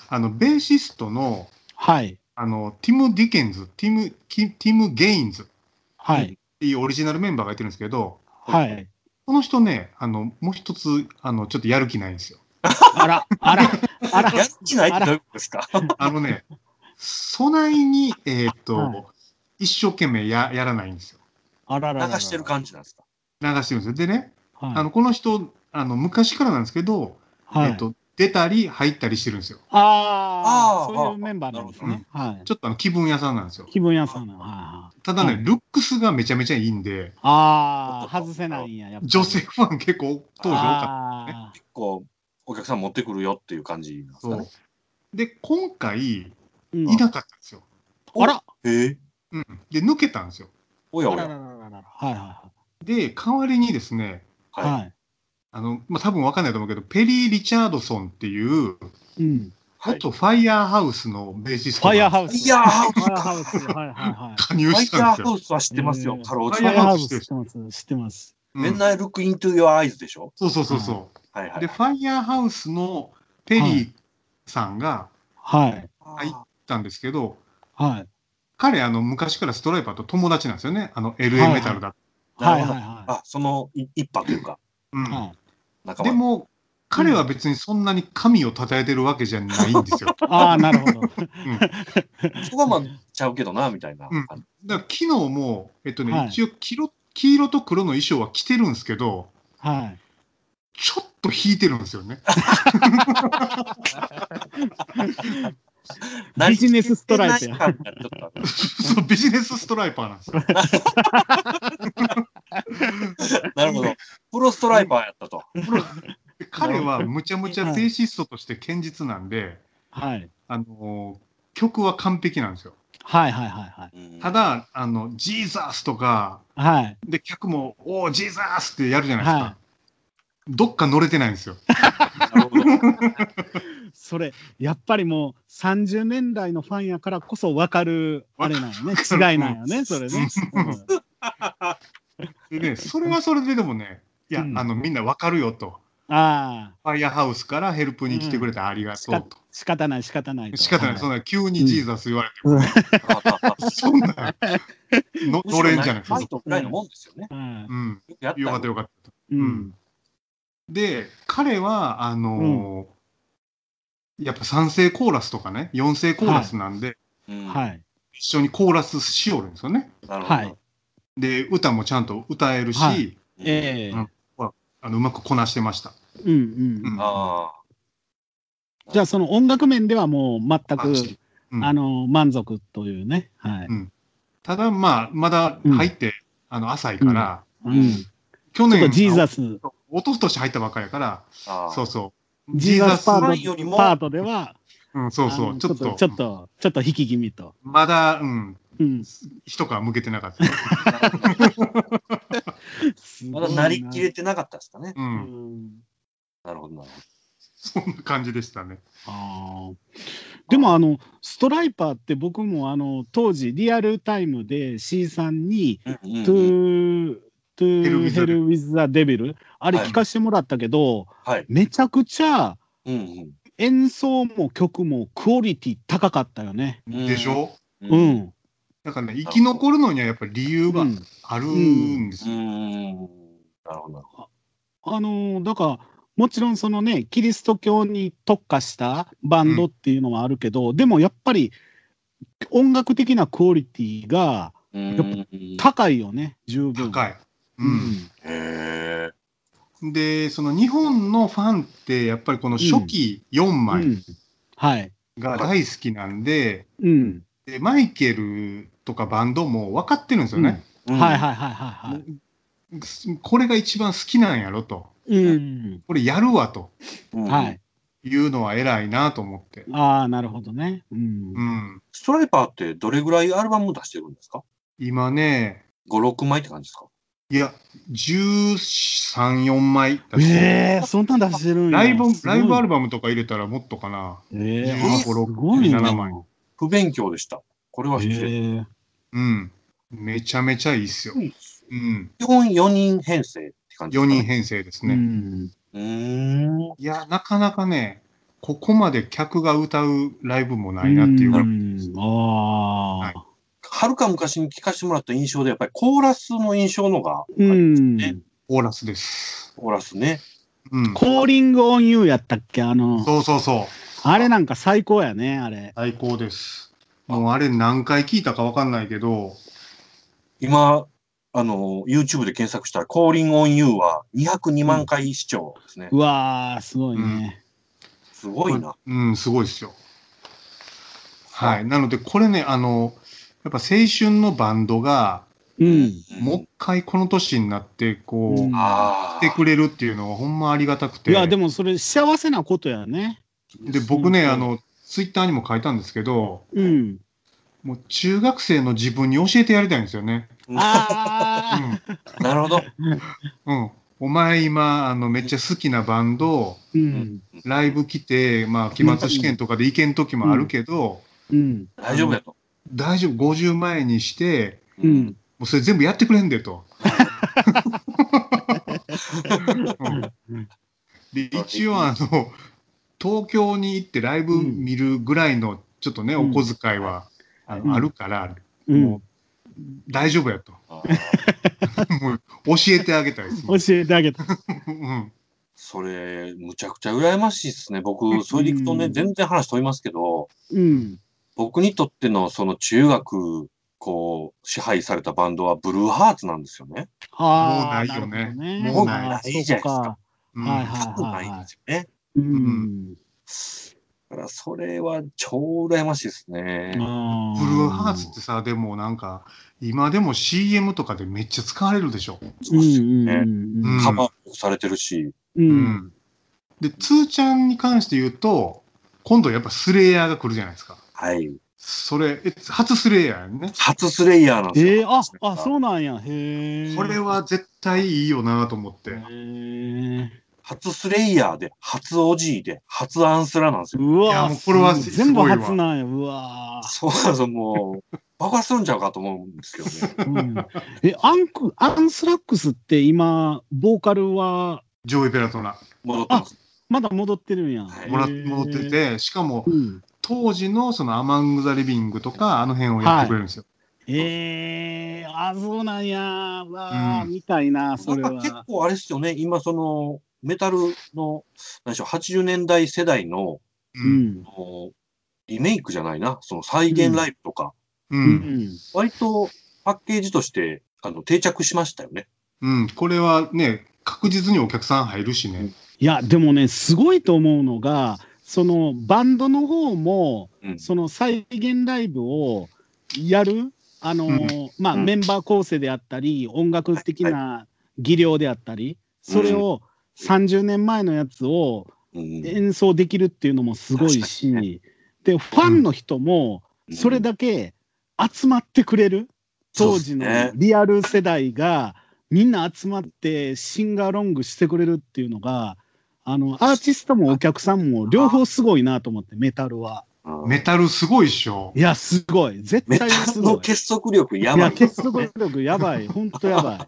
Speaker 3: あの、ベーシストの、
Speaker 4: はい
Speaker 3: あの、ティム・ディケンズ、ティム、キティム・ゲインズっ
Speaker 4: はい
Speaker 3: ていうオリジナルメンバーがいてるんですけど、
Speaker 4: はい。
Speaker 3: この人ね、あの、もう一つ、あの、ちょっとやる気ないんですよ。
Speaker 4: あらあらあら。
Speaker 2: やる気ないってどういうことですか
Speaker 3: あのね、備えに、えーっと、
Speaker 4: はい
Speaker 3: 一生懸命ややらないんですよ。
Speaker 4: あらららら
Speaker 2: 流してる感じなんですか
Speaker 3: 流してるんですよ。でね、
Speaker 4: はい、
Speaker 3: あのこの人あの昔からなんですけど、
Speaker 4: はい、
Speaker 3: えっと、出たり入ったりしてるんですよ。
Speaker 4: あ
Speaker 2: あ
Speaker 4: あ
Speaker 2: ー
Speaker 4: そういうメンバーなんですね。はい。
Speaker 3: ちょっとあの気分屋さんなんですよ。
Speaker 4: 気分屋さんの。はいはい。
Speaker 3: ただね、
Speaker 4: はい
Speaker 3: ルックスがめちゃめちゃいいんで、
Speaker 4: ああ外せないんややっぱり
Speaker 3: 女性ファン結構当時多かっ
Speaker 4: あー
Speaker 2: 結構、お客さん持ってくるよっていう感じなんで
Speaker 3: た。
Speaker 2: すか
Speaker 3: そう
Speaker 2: ね。
Speaker 3: で、今回、い
Speaker 4: うん
Speaker 3: なかったんですよ。
Speaker 4: あら
Speaker 2: へえ。
Speaker 3: うん、で、抜けたんですよ。
Speaker 2: お
Speaker 4: あ
Speaker 2: やお
Speaker 4: ららら
Speaker 2: や。
Speaker 4: らららはいは
Speaker 3: で、代わりにですね、
Speaker 4: いはい。
Speaker 2: は
Speaker 4: はい。
Speaker 3: あのまあ、多分わかんないと思うけど、ペリー・リチャードソンっていう、
Speaker 4: うん。
Speaker 2: い。はい。
Speaker 3: 元ファイヤーハウスのベーシス
Speaker 4: フ
Speaker 3: ト
Speaker 4: ァイヤー
Speaker 3: が
Speaker 4: ハウ
Speaker 2: フ
Speaker 4: ス。
Speaker 2: ァイヤーハウ
Speaker 4: ファイヤーハウス。はいはいはい。
Speaker 3: 加入
Speaker 2: ファ
Speaker 3: し
Speaker 2: イヤ
Speaker 3: た
Speaker 2: ー
Speaker 3: んです
Speaker 2: ハ
Speaker 3: よ。
Speaker 2: ウスは知ってますよ
Speaker 4: う、ん
Speaker 2: かろう
Speaker 4: フ
Speaker 2: じ
Speaker 4: ァイヤー
Speaker 2: て。
Speaker 4: ハウス知ってます。知ってます。
Speaker 3: う
Speaker 2: When
Speaker 3: ん
Speaker 2: I look into your eyes でしょ
Speaker 3: そうそうそうそ
Speaker 2: はいは
Speaker 3: う。
Speaker 2: い。
Speaker 3: で、ファイヤーハウスのペ
Speaker 4: は
Speaker 3: リー
Speaker 4: い
Speaker 3: さんが
Speaker 4: はい。
Speaker 2: はい
Speaker 3: 行ったんですけど、
Speaker 4: はい。
Speaker 3: 彼、あの、昔からストライパーと友達なんですよね。あの、
Speaker 4: はいは
Speaker 3: LA
Speaker 4: い
Speaker 3: メタルだっ
Speaker 4: はいはいは
Speaker 2: あ、そのい一派というか、
Speaker 3: た。うん
Speaker 4: い。はい。
Speaker 2: 仲
Speaker 3: で
Speaker 2: 間。
Speaker 3: も、彼は別にそんなに神を称えてるわけじゃないん
Speaker 4: *laughs*
Speaker 3: ですよ。
Speaker 4: ああ、なるほど。
Speaker 2: そこはまあ、ちゃうけどな、みたいな。
Speaker 3: うん
Speaker 2: 感じ
Speaker 3: だから、昨日も、えっとね、
Speaker 4: はい
Speaker 3: 一応黄色、黄色と黒の衣装は着てるんですけど、
Speaker 4: はい。
Speaker 3: ちょっと引いてるんですよね。
Speaker 4: ビジネスストライプや
Speaker 2: 何してないかがちょっとあ
Speaker 3: *laughs* そう、ビジネスストライパーなんです *laughs* よ。
Speaker 2: るなるほど。プロストライパーやったと。
Speaker 3: で彼はむちゃむちゃベーシストとして堅実なんで、
Speaker 4: はい。
Speaker 3: あのー曲は完璧なんですよ。
Speaker 4: はいはいはいはい。
Speaker 2: うん
Speaker 3: た、だ、あの、ジーザースとか、
Speaker 4: はい。
Speaker 3: で、客も、おー、ジーザースってやるじゃないですか。
Speaker 4: は
Speaker 3: どっか乗れてないんですよ。
Speaker 2: なるほど。
Speaker 4: い。それ、やっぱりもう30年代のファンやからこそ分かる、あれなんよね。違いなんよね、それね。
Speaker 3: *laughs* でね、それはそれででもね、いや、
Speaker 4: うん
Speaker 3: あの、みんなわかるよと。
Speaker 4: あ
Speaker 3: フ
Speaker 4: あ、
Speaker 3: ァイヤーハウスからヘルプに来てくれてありが
Speaker 4: 仕
Speaker 3: とう
Speaker 4: 方仕方ない、仕方ない
Speaker 3: と。
Speaker 4: と。
Speaker 3: 仕方ない、そんな急にジーザス言われて *laughs* も、そんな、の、 *laughs* 乗れんじゃないで
Speaker 2: フ
Speaker 3: すか
Speaker 2: ァイ。トぐらいのもんですよね。
Speaker 4: うん
Speaker 3: うん。
Speaker 2: よくやった
Speaker 3: よ
Speaker 2: よ
Speaker 3: かったよかった。
Speaker 4: う
Speaker 3: うんん。で、彼は、あのーやっぱ3世コーラスとかね、4世コーラスなんで、
Speaker 2: うん
Speaker 4: はい。
Speaker 3: 一緒にコーラスしおるんですよね。
Speaker 2: なるほど
Speaker 4: はい。
Speaker 3: で、歌もちゃんと歌えるし、
Speaker 4: は
Speaker 2: うん
Speaker 4: ええ
Speaker 3: うんあのうまくこなしてました。
Speaker 4: うんうん。
Speaker 3: うん
Speaker 2: あ
Speaker 4: じゃあ、その音楽面ではもう全く、
Speaker 3: うん
Speaker 4: あの、満足というね。はい。
Speaker 3: ただ、まあ、まだ入って、あの浅いから、
Speaker 4: うん。ち
Speaker 3: 去
Speaker 4: ょっと
Speaker 3: 年、
Speaker 4: ジーザス、
Speaker 3: おととし入ったばっかりやから、
Speaker 2: ーあー。
Speaker 3: そうそう。
Speaker 4: ジーザスパ
Speaker 2: ファン
Speaker 4: ー
Speaker 2: より
Speaker 4: ト
Speaker 2: も
Speaker 4: パートでは、
Speaker 3: うん、そうそ
Speaker 4: あの
Speaker 3: う。ちょっと、
Speaker 4: ちょっと、ちょっと引き気味と。
Speaker 3: まだ、うん、
Speaker 4: うん。
Speaker 3: 一皮向けてなかった。
Speaker 4: す
Speaker 2: *laughs* ま
Speaker 4: ご
Speaker 2: だ
Speaker 4: い
Speaker 2: なりきれてなかったですかね。
Speaker 3: う、
Speaker 4: うんん。
Speaker 2: なるほど、なるほ
Speaker 3: そんな感じでしたね。
Speaker 4: あーでもあのストライパーって僕もあの当時リアルタイムで C さんに
Speaker 2: どうんうん
Speaker 4: 「
Speaker 2: うん。
Speaker 4: To, to Hell with the Devil」あれ
Speaker 2: はい
Speaker 4: 聞かせてもらったけど、
Speaker 2: はい。
Speaker 4: めちゃくちゃ
Speaker 2: うんうん
Speaker 4: 演奏も曲もクオリティ高かったよね。
Speaker 2: うん
Speaker 3: でしょ
Speaker 4: う。
Speaker 2: うん
Speaker 4: ん。
Speaker 3: だからね、生き残るのにはやっぱり理由が
Speaker 4: うん
Speaker 3: あるんです
Speaker 2: う
Speaker 3: よ。
Speaker 2: ん。なるほど、なるほ
Speaker 4: あのーだからもちろんそのねキリスト教に特化したバンドっていうのはあるけど、でもやっぱり音楽的なクオリティが
Speaker 2: ど。
Speaker 4: っ
Speaker 2: う
Speaker 4: ぱ
Speaker 2: ん。
Speaker 4: 高いよね十分。
Speaker 3: 高い。
Speaker 4: う
Speaker 3: うん
Speaker 4: ん
Speaker 2: へえ。
Speaker 3: で、その日本のファンって、やっぱりこの初期4
Speaker 4: う
Speaker 3: 枚
Speaker 4: んはい。
Speaker 3: が大好きなんで、
Speaker 4: うん。
Speaker 3: でマイケルとかバンドも分かってるんですよね。
Speaker 4: はいはいはいはいはい。
Speaker 3: これが一番好きなんやろと。
Speaker 4: うん。
Speaker 3: これやるわと
Speaker 2: い
Speaker 4: はい。。
Speaker 3: いうのは偉いなと思って。
Speaker 4: ああ、なるほどね。うん
Speaker 3: う。ん。
Speaker 2: ストライパーってどれぐらいアルバム出してるんですか
Speaker 3: 今ね、
Speaker 2: ?5、6枚って感じですか
Speaker 3: いや、13、4枚だし
Speaker 4: ええー、そんなん出してるんや。
Speaker 3: ライブ、ライブアル
Speaker 4: バ
Speaker 3: バムとか入れたらもっとかな。
Speaker 4: ム。ええ
Speaker 2: 15
Speaker 4: ー、すごいな。
Speaker 3: 17枚
Speaker 2: 不勉強でした。これは
Speaker 4: え
Speaker 2: 失礼。
Speaker 4: ー、
Speaker 3: うん。めちゃめちゃいいっすよ。うん。
Speaker 2: 基本4人編成って感じです
Speaker 3: 4
Speaker 2: かね
Speaker 3: 人編成です
Speaker 4: う
Speaker 3: ね。
Speaker 4: ん。
Speaker 2: うーん。
Speaker 3: いや、なかなかね、ここまで客が歌うライブもないなっていうぐらい。
Speaker 4: んああ、
Speaker 2: はるか昔に聞かせてもらった印象で、やっぱりコーラスの印象のが、
Speaker 4: うん、
Speaker 3: オーラスです。
Speaker 2: コーラスね。
Speaker 3: うん。
Speaker 4: コーリングオンユーやったっけあの、
Speaker 3: そうそうそう。
Speaker 4: あれなんか最高やね、あれ。
Speaker 3: 最高です。もうあれ何回聞いたかわかんないけど、
Speaker 2: 今、あの、YouTube で検索したら、コーリンオンユーは202万回視聴ですね。
Speaker 4: うわー、すごいね。
Speaker 2: すごいな。
Speaker 3: うん、すごいですよ。はい。なので、これね、あの、やっぱ青春のバンドが、
Speaker 4: うん。
Speaker 3: もう一回この年になって、こう、
Speaker 4: うん
Speaker 2: あ
Speaker 3: 来
Speaker 2: あ
Speaker 3: て。くれるっていうのはほんまありがたくて。
Speaker 4: いや、でもそれ幸せなことやね。
Speaker 3: で、僕ね、
Speaker 4: うん
Speaker 3: あの、ツイッターにも書いたんですけど、
Speaker 4: うん。
Speaker 3: もう中学生の自分に教えてやりたいんですよね。
Speaker 4: ああ、
Speaker 2: なるほど。
Speaker 3: うん。うん。お前今、あの、めっちゃ好きなバンド、 *laughs*
Speaker 4: うん。
Speaker 3: ライブ来て、まあ、期末試験とかで行けん時もあるけど、
Speaker 4: うん。
Speaker 2: 大丈夫やと。
Speaker 3: 大丈夫、50万円にして、
Speaker 4: う。ん。
Speaker 3: もうそれ全部やってくれんでと。うんで一応あの東京に行ってライブ見るぐらいのちょっとね、
Speaker 4: うん
Speaker 3: お小遣いはあの、
Speaker 4: うん
Speaker 3: あるから、
Speaker 4: うん
Speaker 3: も。う大丈夫やと
Speaker 2: あー
Speaker 3: もう教えてあげたいです、
Speaker 4: 教えてあげた。
Speaker 3: うん
Speaker 2: それ、むちゃくちゃ羨ましいですね。僕、それでいくと
Speaker 4: う
Speaker 2: ね、
Speaker 4: ん
Speaker 2: 全然話飛びますけど、
Speaker 4: うん。
Speaker 2: 僕にとってのその中学、こう、支配されたバンドはブルーハーツなんですよね。
Speaker 4: ああ、
Speaker 3: もうないよね
Speaker 4: るほ
Speaker 3: もう
Speaker 4: ど
Speaker 2: ない
Speaker 4: あー
Speaker 2: いいじゃないですか
Speaker 4: そうか。
Speaker 3: うん
Speaker 4: はいはい
Speaker 2: ないんですよね。
Speaker 4: うん。
Speaker 2: だから、それは超羨ましいですね
Speaker 4: ブル。
Speaker 3: ブルーハーツってさでもなんか今でも CM とかでめっちゃ使われるでしょ、
Speaker 4: うん
Speaker 2: そうですよ
Speaker 4: うん
Speaker 2: ね
Speaker 4: うん
Speaker 2: カバーもされてるし、
Speaker 4: うん
Speaker 3: う
Speaker 4: うん。
Speaker 3: でつーちゃんに関して言うと今度やっぱスレイヤーが来るじゃないですか
Speaker 2: はい。
Speaker 3: それえ初スレイヤーやんね
Speaker 2: 初スレイヤーなんですよ。
Speaker 4: えー、あ、あ、
Speaker 2: う。
Speaker 4: そうなんや。へえ。
Speaker 3: これは絶対いいよなと思って
Speaker 4: へ。ー。
Speaker 2: 初スレイヤーで、初オジーで、初アンスラなんですよ。
Speaker 4: う
Speaker 3: いや
Speaker 4: わ
Speaker 3: もうこれは
Speaker 4: す
Speaker 3: す
Speaker 4: 全部
Speaker 3: ごいわ
Speaker 4: 初なんや。うわ
Speaker 2: そうなんですよ、もう、爆発するんちゃうかと思うんですけど
Speaker 4: *laughs*
Speaker 2: ね。
Speaker 4: うんえ、アンク、アンスラックスって今、ボーカルは
Speaker 3: ジョイ・ベラトナ、
Speaker 2: 戻ってます。
Speaker 4: まだ戻ってるんや。
Speaker 2: はい
Speaker 3: もら
Speaker 4: へー
Speaker 3: 戻って。て、しかも
Speaker 4: うん、
Speaker 3: 当時のそのアマング・ザ・リビングとか、あの辺をやってくれるんですよ。
Speaker 4: えー、あ、そうなんや。うわあ、
Speaker 3: うん
Speaker 4: みたいな、そ
Speaker 2: なんか
Speaker 4: れは。
Speaker 2: 結構あれですよね、今その、メタルの、何でしょう、80年代世代の、
Speaker 4: う
Speaker 3: うん
Speaker 4: ん。
Speaker 2: あのリメイクじゃないな、その再現ライブとか、
Speaker 3: う
Speaker 4: うんん。
Speaker 2: 割とパッケージとして、あの、定着しましたよね。
Speaker 3: うん、これはね、確実にお客さん入るしね。
Speaker 4: いや、でもね、すごいと思うのが、そのバンドの方も、
Speaker 2: うん。
Speaker 4: その再現ライブをやる、あのーまあ、
Speaker 2: うん
Speaker 4: メンバー構成であったり、音楽的な技量であったり、それを30年前のやつを
Speaker 2: うん
Speaker 4: 演奏できるっていうのもすごいし、
Speaker 2: 確か
Speaker 4: で、ファンの人もそれだけ集まってくれる、当時の
Speaker 2: そうですね
Speaker 4: リアル世代がみんな集まってシンガーロングしてくれるっていうのが、あのアーティストもお客さんも両方すごいなと思って、メタルは。
Speaker 2: うん
Speaker 3: メタルすごいっしょ
Speaker 4: い。や、すごい。絶
Speaker 2: メタ
Speaker 4: 対す
Speaker 2: ル
Speaker 4: ごい。
Speaker 2: の結束力や
Speaker 4: い
Speaker 2: ば
Speaker 4: や、
Speaker 2: い。
Speaker 4: 結束力やばい。ほんとやば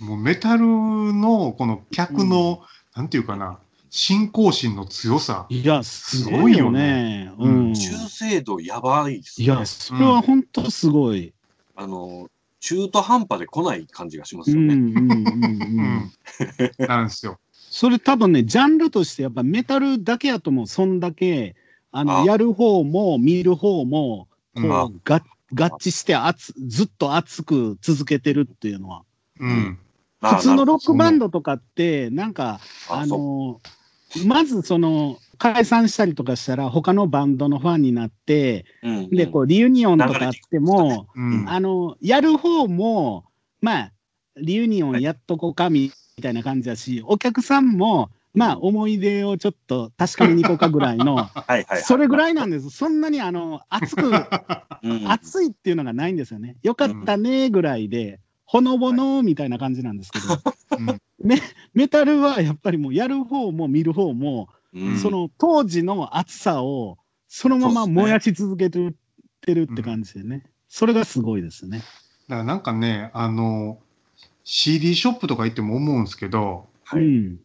Speaker 3: もうメタルのこの客の、なんていうかな、信仰心の強さ。
Speaker 4: い。いや、すごいよね。
Speaker 3: ごいよね
Speaker 4: うん。
Speaker 2: 中精度やばいっす
Speaker 4: い
Speaker 2: ね。
Speaker 4: や、それはほんとすごい。
Speaker 2: あの、中途半端で来ない感じがしま
Speaker 4: う
Speaker 2: すよ
Speaker 4: ん
Speaker 2: ね。
Speaker 4: うんうん
Speaker 3: う
Speaker 4: うん
Speaker 3: ん。。なんですよ。
Speaker 4: それ多分ね、ジャンルとしてやっぱメタルだけやと思う。そんだけ、あの、
Speaker 2: あ
Speaker 4: やる方も見る方も、こう、
Speaker 3: うん
Speaker 2: あ
Speaker 4: が合致して熱、ずっと熱く続けてるっていうのは。
Speaker 3: うん。
Speaker 2: あ
Speaker 4: 普通の
Speaker 2: なる
Speaker 4: ロックバンドとかって、なんか、
Speaker 2: ほど
Speaker 4: あ
Speaker 2: あそう
Speaker 4: のまずその解散したりとかしたら他のバンドのファンになって
Speaker 2: うんうん
Speaker 4: でこうリユニオンとかあっても、
Speaker 3: うん。
Speaker 4: あのやる方もまあリユニオンやっとこうかみたいな感じだし、お客さんもまあ思い出をちょっと確かめに行こうかぐらい
Speaker 2: *laughs*
Speaker 4: の
Speaker 2: はいはいはい。
Speaker 4: それぐ
Speaker 2: い。
Speaker 4: らいなんですそんなにあの熱く
Speaker 2: うん、
Speaker 4: 熱いっていうのがないんですよねよかったねぐらいでほのぼのみたいな感じなんですけど、 *laughs*
Speaker 3: うん
Speaker 4: メタルはやっぱりもうやる方も見る方も
Speaker 2: うん
Speaker 4: その当時の熱さをそのまま燃やし続けてるってるって感じでね、それがすごいですね。
Speaker 3: だからなんかね、あの、CD ショップとか行っても思うんですけど、
Speaker 2: はい
Speaker 4: うん、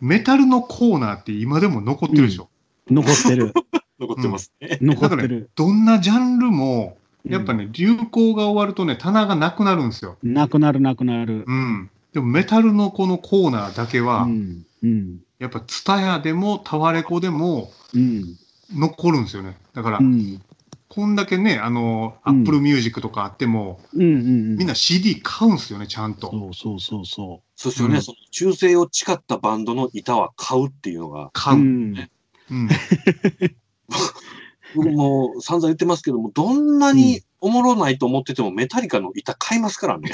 Speaker 3: メタルのコーナーって今でも残ってるでしょ。
Speaker 4: 残ってる、
Speaker 2: 残ってますね。 *laughs*
Speaker 4: 残
Speaker 3: だ
Speaker 4: っ
Speaker 3: か
Speaker 4: て
Speaker 3: ら、ね
Speaker 4: る。、
Speaker 3: どんなジャンルも、やっぱ
Speaker 4: うん、
Speaker 3: ね、流行が終わるとね、棚がなくなるんですよ。
Speaker 4: なくなるなくなる。
Speaker 3: うん。でもメタルのこのコーナーだけ
Speaker 4: う
Speaker 3: は、
Speaker 4: ん、うん、
Speaker 3: やっぱツタヤでもタワレコでも
Speaker 4: うん、
Speaker 3: 残るんですよね。だから、
Speaker 4: うん、
Speaker 3: こんだけね、あの、
Speaker 4: う
Speaker 3: ア
Speaker 4: ん
Speaker 3: ップルミュージックとかあっても、
Speaker 4: うん、うん、
Speaker 3: みんな CD 買うんですよね、ちゃんと。
Speaker 4: そうそうそうそ
Speaker 2: そうですよね、
Speaker 3: うん
Speaker 2: その中性を誓ったバンドの板は買うっていうのが、
Speaker 4: う。
Speaker 3: 買
Speaker 4: う
Speaker 3: う。
Speaker 4: ん、
Speaker 3: うん。
Speaker 2: 僕も散々言ってますけども、どんなにおもろないと思ってても、メタリカの板買いますから
Speaker 4: *laughs*
Speaker 2: ね。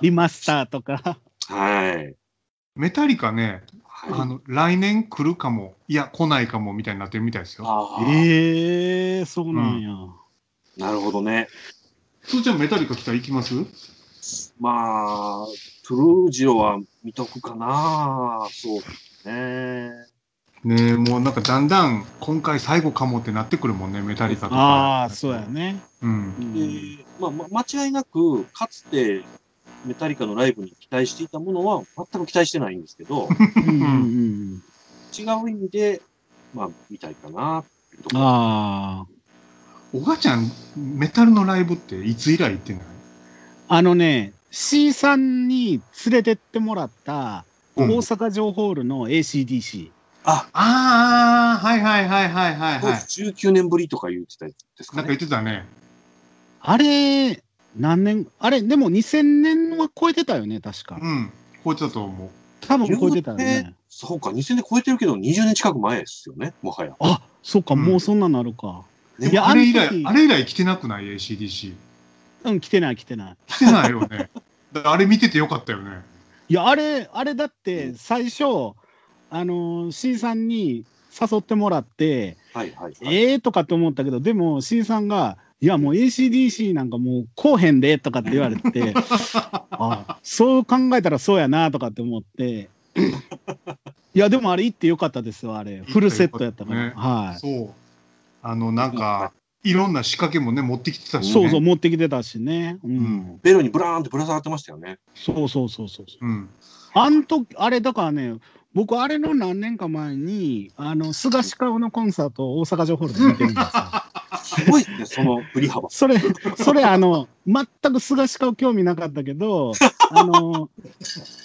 Speaker 4: リマスターとか。
Speaker 2: はい。
Speaker 3: メタリカね、あ
Speaker 2: はい、
Speaker 3: の、来年来るかも、いや、来ないかも、みたいになってるみたいですよ。
Speaker 2: ああ、
Speaker 4: ええー、そうなんや。
Speaker 2: なるほどね。
Speaker 3: それじゃあメタリカ来たら行きます
Speaker 2: まあ、トゥルージロは見とくかな。そうですね。
Speaker 3: ねえ、もうなんかだんだん、今回最後かもってなってくるもんね、メタリカとか。
Speaker 4: ああ、そうや。ね。
Speaker 3: うん。
Speaker 4: う
Speaker 2: で
Speaker 4: ん、
Speaker 2: まあ、ま間違いなく、かつて、メタリカのライブに期待していたものは全く期待してないんですけ
Speaker 4: *laughs*
Speaker 2: ど、
Speaker 4: うん、うんうん。
Speaker 2: 違う意味で、まあ、見たいかな。
Speaker 4: ああ。
Speaker 3: おがちゃん、メタルのライブっていつ以来行ってない
Speaker 4: あのね、C さんに連れてってもらった
Speaker 3: う
Speaker 4: 大
Speaker 3: ん
Speaker 4: 阪城ホールの ACDC。
Speaker 2: あ、
Speaker 3: ああ、はいはいはいはいはい
Speaker 2: 当
Speaker 3: はい。
Speaker 2: 時19年ぶりとか言ってたやつです
Speaker 3: な
Speaker 2: か
Speaker 3: んか言
Speaker 2: ね
Speaker 3: っ。てたね。
Speaker 4: あれ、何年、あれ、でも2000年は超えてたよね、確か
Speaker 3: う。ん。こいつだと思う。
Speaker 4: 多分超えてたよね。
Speaker 2: そうか、2000年超えてるけど、20年近く前ですよね、もはや。
Speaker 4: あそうか、
Speaker 3: うん
Speaker 4: もうそんなのあるか。
Speaker 2: ね
Speaker 4: いや、
Speaker 3: あ
Speaker 4: あの
Speaker 3: れ以来
Speaker 4: 時、
Speaker 3: あれ以来来てなくない ?ACDC。
Speaker 4: うん、来てない、来てない。
Speaker 3: 来てないよ
Speaker 4: *laughs*
Speaker 3: ね。だからあれ見ててよかったよね。
Speaker 4: いや、あれ、あれだって
Speaker 2: う、
Speaker 4: 最初、あのー、C さんに誘ってもらって、
Speaker 2: はいはい、はい。
Speaker 4: ええとかと思ったけど、でも C さんが、いやもう ACDC なんかもうこうへんでとかって言われ *laughs* てあそう考えたらそうやなとかって思っていやでもあれ行ってよかったですよあれフルセットやったから、
Speaker 3: 行ってよ
Speaker 4: はい
Speaker 3: そう。あの、なんか、いろんな仕掛けもね、持ってきてたし、ね。
Speaker 4: そうそう持ってきてたしね、うん
Speaker 3: うん
Speaker 2: ベロにブラーンってぶら下がってましたよね。
Speaker 4: そうそうそうそう
Speaker 3: うん。
Speaker 4: あんとあれだからね僕あれの何年か前にあの菅氏顔のコンサートを大阪城ホールで見てるんですよ
Speaker 2: すごいですね、そ
Speaker 4: *laughs*
Speaker 2: の振り幅。
Speaker 4: それそれあの全く菅氏顔興味なかったけどあの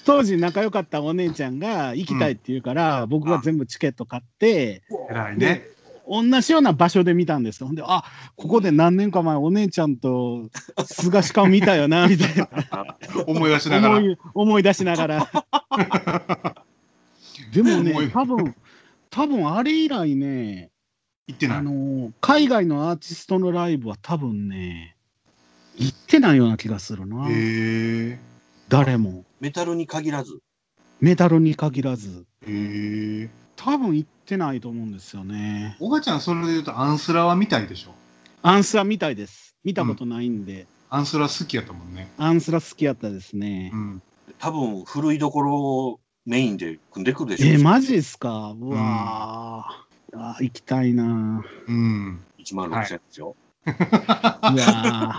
Speaker 4: 当時仲良かったお姉ちゃんが行きたいって言うから、僕が全部チケット買って
Speaker 3: 偉いね。
Speaker 4: 同じような場所で見たんですよほんであここで何年か前お姉ちゃんと菅氏顔見たよ
Speaker 3: *laughs*
Speaker 4: なみたいな
Speaker 3: 思い出しながら。
Speaker 4: 思い思い出しなが
Speaker 3: *laughs*
Speaker 4: らでも
Speaker 3: 思い
Speaker 4: ね多分多分あれ以来ね
Speaker 3: 行ってな
Speaker 4: あ
Speaker 3: い。
Speaker 4: の海外のアーティストのライブは多分ね行ってないような気がするな、
Speaker 3: へえ。
Speaker 4: 誰も
Speaker 2: メタルに限らず。
Speaker 4: メタルに限らず
Speaker 3: へえ。
Speaker 4: 多分行ってないと思うんですよね
Speaker 3: おがちゃん、それで言うと、アンスラは見たいでしょ。
Speaker 4: アンスラみたいです見たことないんで、
Speaker 3: アンスラ好きやったもんね。
Speaker 4: アンスラ好きやったですね、
Speaker 3: うん。
Speaker 2: 多分、古いところをメインで組んでくるでしょう。
Speaker 4: えマジですかうわー、あー行きたいな
Speaker 3: うん。
Speaker 2: 1万6000円ですよ。
Speaker 4: ーいや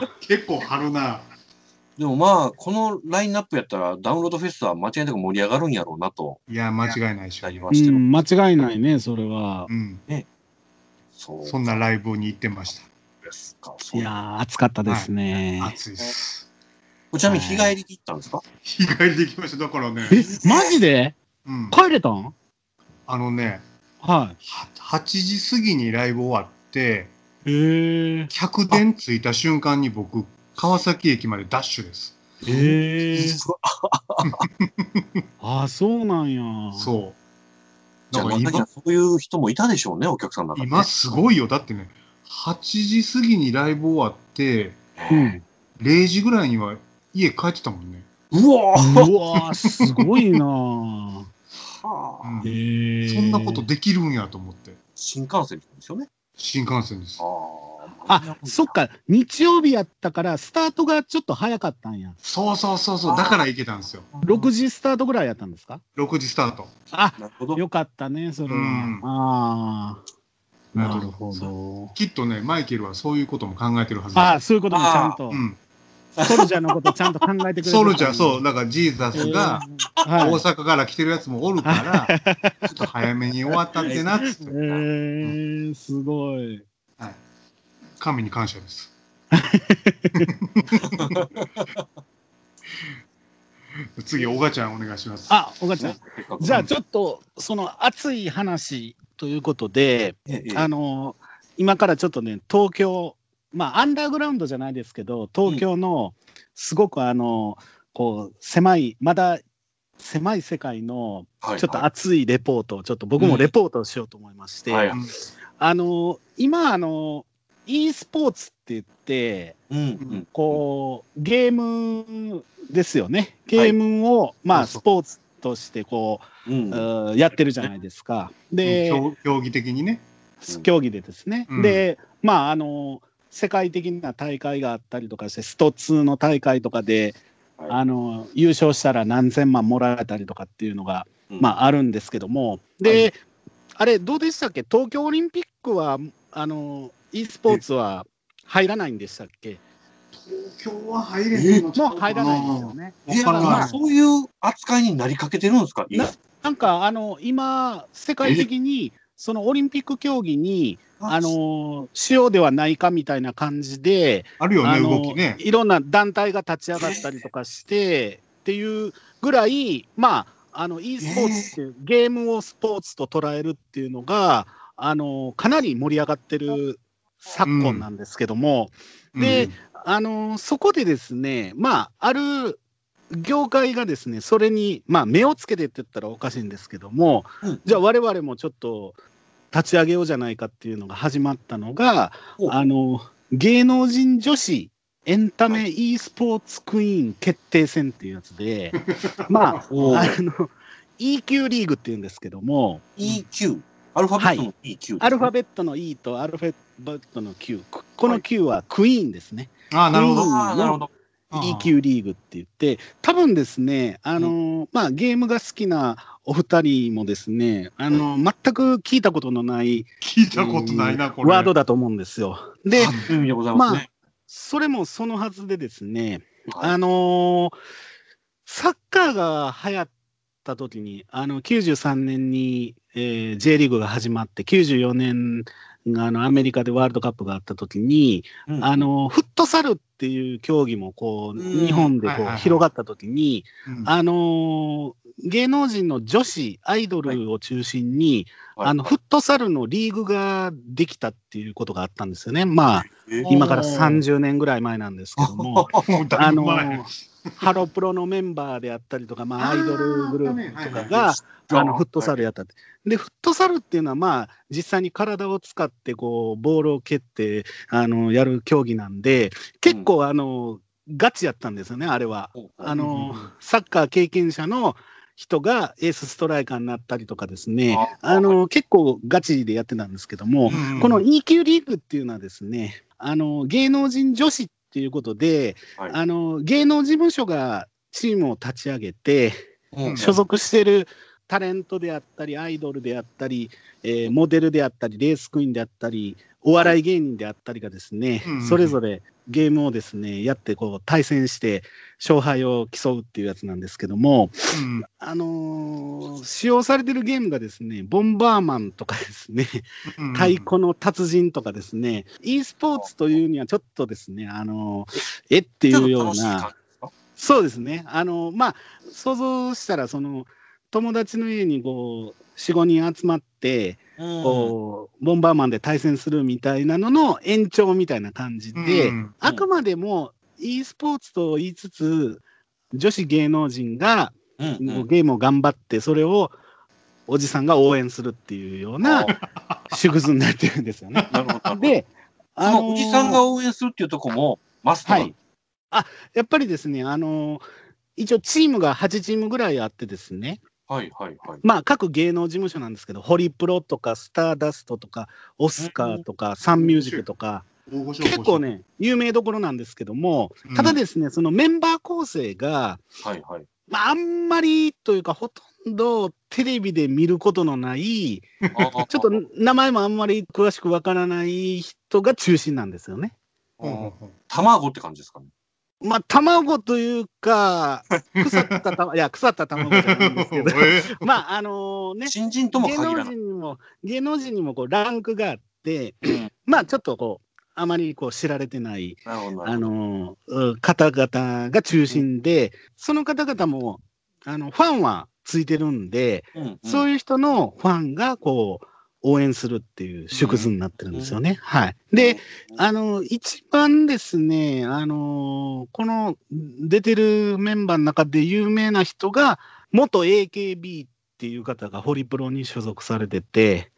Speaker 4: ー
Speaker 3: 結構張るな。
Speaker 2: でもまあ、このラインナップやったら、ダウンロードフェスは間違いなく盛り上がるんやろうなと、
Speaker 3: いや、間違いないでしょ
Speaker 2: な。りま
Speaker 4: う
Speaker 2: しても、
Speaker 4: ん間違いないねそれは
Speaker 3: うん。
Speaker 2: そう
Speaker 3: そんなライブに行ってまし
Speaker 2: ですか。そう
Speaker 4: いやー暑かったですね、
Speaker 3: た。暑いっす。
Speaker 2: ちなみに日帰りで行ったんですか
Speaker 3: 日帰りできました。だからね。
Speaker 4: えマジで
Speaker 3: うん。
Speaker 4: 帰れたん
Speaker 3: あのね、は
Speaker 4: は
Speaker 3: 8時過ぎにライブ終わって、
Speaker 4: いへえ
Speaker 3: 客電着いた瞬間に僕、川崎駅までダッシュです。
Speaker 4: へえ
Speaker 2: そう
Speaker 4: ああそうなんや
Speaker 3: そう。
Speaker 2: じ
Speaker 3: だ
Speaker 2: ゃあ、
Speaker 3: から
Speaker 2: 中に
Speaker 3: 今
Speaker 2: は、そういう人もいたでしょうね、お客さんの中にね
Speaker 3: 今すごいよ。だってね、8時過ぎにライブ終わって、
Speaker 4: うん、
Speaker 3: 0時ぐらいには家帰ってたもんね。
Speaker 2: うわ
Speaker 4: うわーすごいな
Speaker 3: *laughs* う
Speaker 4: ー
Speaker 2: ぁ
Speaker 3: ん
Speaker 4: へえ
Speaker 3: そんなことできるんやと思って。
Speaker 2: 新幹線ですよね。
Speaker 3: 新幹線です
Speaker 2: あ。
Speaker 4: あそっ。か日曜日やったからスタートがちょっと早かったんや
Speaker 3: そうそうそうそう。だから行けたんですよ。
Speaker 4: 6時スタートぐらいやったんですか
Speaker 3: 6時スタート。
Speaker 4: あ
Speaker 2: なるほど。
Speaker 4: よかったねそれは、
Speaker 3: うん
Speaker 4: ああ
Speaker 3: な
Speaker 4: な
Speaker 3: るほど
Speaker 4: るほど
Speaker 3: きっとね、マイケルはそういうことも考えてるはず
Speaker 4: ああ
Speaker 3: だ。
Speaker 4: そういうこともちゃんと
Speaker 3: うん。
Speaker 4: ソルジャーのことちゃんと考えてくれてたんや
Speaker 3: ソルジャー、そう。だからジーザスが、
Speaker 4: えー
Speaker 3: 大
Speaker 4: はい
Speaker 3: 阪から来てるやつもおる
Speaker 4: *laughs*
Speaker 3: から、ちょっと早めに終わったってなっつっ
Speaker 4: え
Speaker 3: て、
Speaker 4: *laughs* ー、すごい。
Speaker 3: 神に感謝
Speaker 4: *laughs*
Speaker 3: です。次、小賀ちゃんお願いします。
Speaker 4: あ、おがちゃん。
Speaker 2: せっかく
Speaker 4: じゃあ、ちょっと、その熱い話ということで、
Speaker 2: ええええ
Speaker 4: あの、今からちょっとね、東京、まあ、アンダーグラウンドじゃないですけど、東京の、すごくあの、こう、狭い、まだ、狭い世界の
Speaker 2: はい
Speaker 4: ちょっと熱いレポートをちょっと僕もレポートをしようと思いまして、
Speaker 2: はい
Speaker 3: うん
Speaker 4: あの今あの e スポーツって言って
Speaker 2: うんうん
Speaker 4: こうゲームですよねゲームを、まあ
Speaker 3: そ
Speaker 4: ス
Speaker 3: う
Speaker 4: ポーツとしてこ
Speaker 2: うん
Speaker 4: う、うんやってるじゃないですか。で、
Speaker 3: 競競技的にね。
Speaker 4: 競技でですね、
Speaker 3: うん
Speaker 4: でまああの世界的な大会があったりとかしてスト2の大会とかで、
Speaker 2: はい
Speaker 4: あの優勝したら何千万もらえたりとかっていうのが、
Speaker 2: うん
Speaker 4: まあ、あるんですけどもで、あれどうでしたっけ東京オリンピックはあの e スポーツは入らないんでしたっけ
Speaker 3: 東京は入
Speaker 2: れへん
Speaker 3: の
Speaker 4: もう入らないんですよね。
Speaker 2: いや
Speaker 3: わからない
Speaker 2: まあそういう扱いになりかけてるんですか
Speaker 4: ななんかあの今世界的にそのオリンピック競技にあ、の使用ではないかみたいな感じで、
Speaker 3: あるよ
Speaker 4: あ
Speaker 3: ね、
Speaker 4: の
Speaker 3: 動きね。
Speaker 4: いろんな団体が立ち上がったりとかしてっていうぐらいまああの e スポーツっていうゲームをスポーツと捉えるっていうのがあのかなり盛り上がってる昨今なんですけども、で
Speaker 3: うん
Speaker 4: あのそこでですねまあある業界がですねそれに、まあ、目をつけてって言ったらおかしいんですけども
Speaker 2: うん
Speaker 4: じゃあ我々もちょっと立ち上げようじゃないかっていうのが始まったのが
Speaker 2: お
Speaker 4: あの芸能人女子エンタメ e スポーツクイーン決定戦っていうや
Speaker 2: *laughs*
Speaker 4: つでま
Speaker 2: お
Speaker 4: ああ
Speaker 2: ー
Speaker 4: の EQ リーグっていうんですけども
Speaker 2: EQ。アルファベットの EQ ですね。
Speaker 4: アルファベットの E とアルファバットの Q。くこの Q はクイーンですね。
Speaker 3: ああ、なるほど。
Speaker 2: ああ、なるほど。
Speaker 3: あ
Speaker 4: EQ リーグって言って、多分ですね、あのーまあ、ゲームが好きなお二人もですね、あのー全く聞いたことのない
Speaker 3: 聞いたことないな、これ。
Speaker 4: ワードだと思うんですよ。で、
Speaker 2: という意味でございますね。
Speaker 4: それもそのはずでですね、
Speaker 2: はい
Speaker 4: あのーサッカーが流行った時に、あの、93年に、えー J リーグが始まって、94年があのアメリカでワールドカップがあった時に、
Speaker 2: うん
Speaker 4: あの、フットサルっていう競技もこう、
Speaker 2: うん
Speaker 4: 日本で
Speaker 3: はい
Speaker 4: こ
Speaker 3: はいは
Speaker 4: う
Speaker 3: い
Speaker 4: 広がった時に、
Speaker 3: うん
Speaker 4: あのー芸能人の女子アイドルを中心に、
Speaker 2: はい
Speaker 4: あの、フットサルのリーグができたっていうことがあったんですよね。まあ、今から30年ぐらい前なんですけども、
Speaker 3: もう *laughs* だい
Speaker 4: あ
Speaker 3: ぶ
Speaker 4: の
Speaker 3: 前。
Speaker 4: ハロプロのメンバーであったりとか、まあ、アイドルグループとかが、
Speaker 2: あ
Speaker 4: あのフットサルやったって。で、フットサルっていうのは、まあ、実際に体を使って、こう、ボールを蹴って、あの、やる競技なんで、結構、あの、ガチやったんですよね、あれは。あの
Speaker 3: うん、
Speaker 4: サッカー経験者の人がエースストライカーになったりとかですね、
Speaker 2: あ
Speaker 4: あの、結構ガチでやってたんですけども、
Speaker 3: うん
Speaker 4: この EQ リーグっていうのはですね、あの芸能人女子っていうことで、
Speaker 2: はい
Speaker 4: あの芸能事務所がチームを立ち上げて、
Speaker 2: うん
Speaker 4: 所属してるタレントであったり、アイドルであったり、えーモデルであったり、レースクイーンであったり、お笑い芸人であったりがですね、
Speaker 3: うん
Speaker 4: それぞれゲームをですね、やってこう対戦して勝敗を競うっていうやつなんですけども、
Speaker 3: うん
Speaker 4: あのー使用されてるゲームがですね、ボンバーマンとかですね、
Speaker 3: うん
Speaker 4: 太鼓の達人とかですね、e スポーツというにはちょっとですね、あの、えっていうような、そうですね、あの、まあ、想像したら、その、友達の家にこう、4、5人集まって、こう、ボンバーマンで対戦するみたいなのの延長みたいな感じで、
Speaker 3: うん
Speaker 4: あくまでも e スポーツと言いつつ、女子芸能人がこうゲームを頑張って、それをおじさんが応援するっていうような縮図になってるんですよね。
Speaker 2: なるほど。
Speaker 4: で、
Speaker 2: そのおじさんが
Speaker 4: あのー
Speaker 2: 応援するっていうとこも、マスタ
Speaker 4: は
Speaker 2: ー
Speaker 4: い。。あ、やっぱりですね、あのー一応チームが8チームぐらいあってですね、
Speaker 2: はい、はい、はい。
Speaker 4: まあ各芸能事務所なんですけど、ホリプロとかスターダストとか、オスカーとか、サンミュージックとか、
Speaker 3: 大御所
Speaker 4: 結構、ね、有名どころなんですけども、ただですね、そのメンバー構成が、
Speaker 2: はい、はい。
Speaker 4: まああんまりというか、ほとんどテレビで見ることのない、ちょっと名前もあんまり詳しくわからない人が中心なんですよね。
Speaker 3: うんうんうん、
Speaker 2: と、卵って感じですかね。
Speaker 4: まあ、卵というか、腐ったた、いや、腐った卵じゃないんですけ
Speaker 3: *laughs*
Speaker 4: ど
Speaker 3: *laughs* え
Speaker 4: まあ、あのね、
Speaker 2: 新人とも
Speaker 4: 芸
Speaker 2: 限
Speaker 4: 能
Speaker 2: らない。
Speaker 4: 人にも、芸能人にもこうランクがあって
Speaker 2: うん、
Speaker 4: まあ、ちょっとこう、あまりこう知られてない、
Speaker 2: なるほど、なる
Speaker 4: あ
Speaker 2: ほど。
Speaker 4: のうん方々が中心で、その方々も、あの、ファンはついてるんで、
Speaker 2: うんうん
Speaker 4: そういう人のファンがこう、応援するっていう縮図になってるんですよね。はい。で、、あの、一番ですね、あの、この出てるメンバーの中で有名な人が、元 AKB っていう方がホリプロに所属されてて、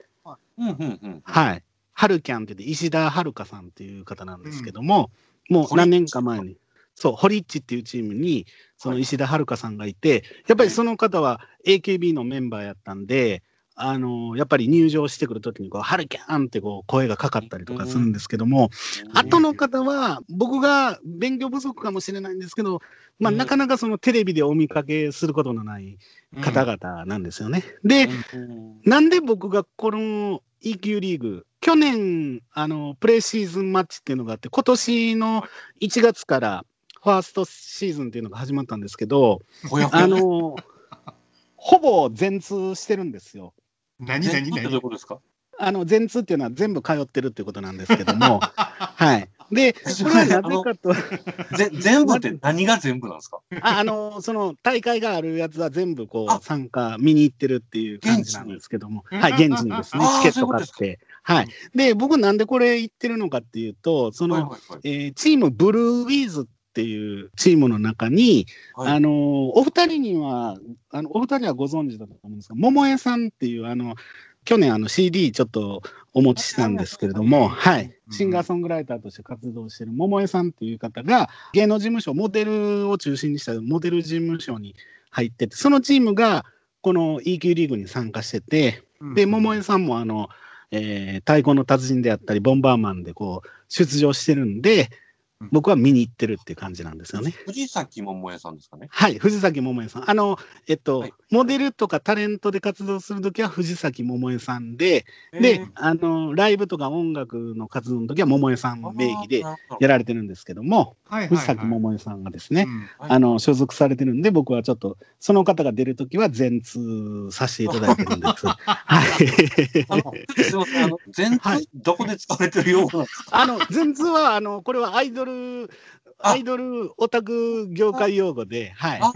Speaker 2: うん、うん、うん。
Speaker 4: はい。ハルキャンって言って、石田遥さんっていう方なんですけども、もう何年か前に、そう、ホリッチっていうチームに、その石田遥さんがいて、やっぱりその方は AKB のメンバーやったんで、あの、やっぱり入場してくるときに、こう、ハルキャンってこう、声がかかったりとかするんですけども、あとの方は、僕が勉強不足かもしれないんですけど、まあ、
Speaker 2: うん
Speaker 4: なかなかそのテレビでお見かけすることのない
Speaker 3: うん
Speaker 4: *laughs* 方々なんですよね。で、
Speaker 2: うん、
Speaker 4: なんで僕がこの E 級リーグ、去年、あの、プレシーズンマッチっていうのがあって、今年の1月からファーストシーズンっていうのが始まったんですけど、
Speaker 2: ほやほや
Speaker 4: あの、ほぼ全通してるんですよ。
Speaker 3: 何
Speaker 2: 全
Speaker 3: 何
Speaker 2: 部ってどういう
Speaker 3: 何
Speaker 2: ことですか
Speaker 4: あの、全通っていうのは全部通ってるっていうことなんですけども、はい。で、これはなぜかと。
Speaker 2: ぜ全部って何が全部なんですか *laughs*
Speaker 4: ああのその大会があるやつは全部こ
Speaker 2: あ
Speaker 4: う参加見に行ってるっていう感じなんですけども、はい、現地にですね
Speaker 2: あー、
Speaker 4: チケット買っ
Speaker 2: そう
Speaker 4: て。はい。で、僕なんでこれ行ってるのかっていうと、そ
Speaker 2: はい
Speaker 4: の、
Speaker 2: はいはい
Speaker 4: えーチームブルーウィーズっていうチームの中に、
Speaker 2: はい
Speaker 4: あのお二人には、あのお二人はご存知だと思うんですが、桃江さんっていう、あの、去年あの CD ちょっとお持ちしたんですけれども、はい。
Speaker 3: うん
Speaker 4: シンガーソングライターとして活動してる桃江さんっていう方が、芸能事務所、モデルを中心にしたモデル事務所に入っ
Speaker 3: *laughs*
Speaker 4: てて、そのチームが、この EQ リーグに参加してて、で、桃江さんもあの、えー太鼓の達人であったり、ボンバーマンでこう、出場してるんで
Speaker 3: うん、
Speaker 4: 僕は見に行ってるっていう感じなんですよね。
Speaker 2: 藤崎桃江さんですかね。
Speaker 4: はい、藤崎桃江さん。あの、えっと、
Speaker 2: はい
Speaker 4: モデルとかタレントで活動するときは藤崎桃江さんで、で、あの、ライブとか音楽の活動のときは桃江さん名義で
Speaker 2: あー、
Speaker 4: やられてるんですけども、
Speaker 3: はいはい
Speaker 4: 藤
Speaker 3: はい
Speaker 4: 崎桃江さんがですね、
Speaker 3: うん
Speaker 2: はい
Speaker 4: あの、所属されてるんで、僕はちょっと、その方が出るときは全通させていただいてるんです。はい。
Speaker 2: あのちょっとすみません、あの、全
Speaker 4: は
Speaker 2: 体どこで使われてるような。
Speaker 4: あの、全通は、あの、これはアイドル、
Speaker 2: あ
Speaker 4: アイドルオタク業界用語で、はい。
Speaker 2: あ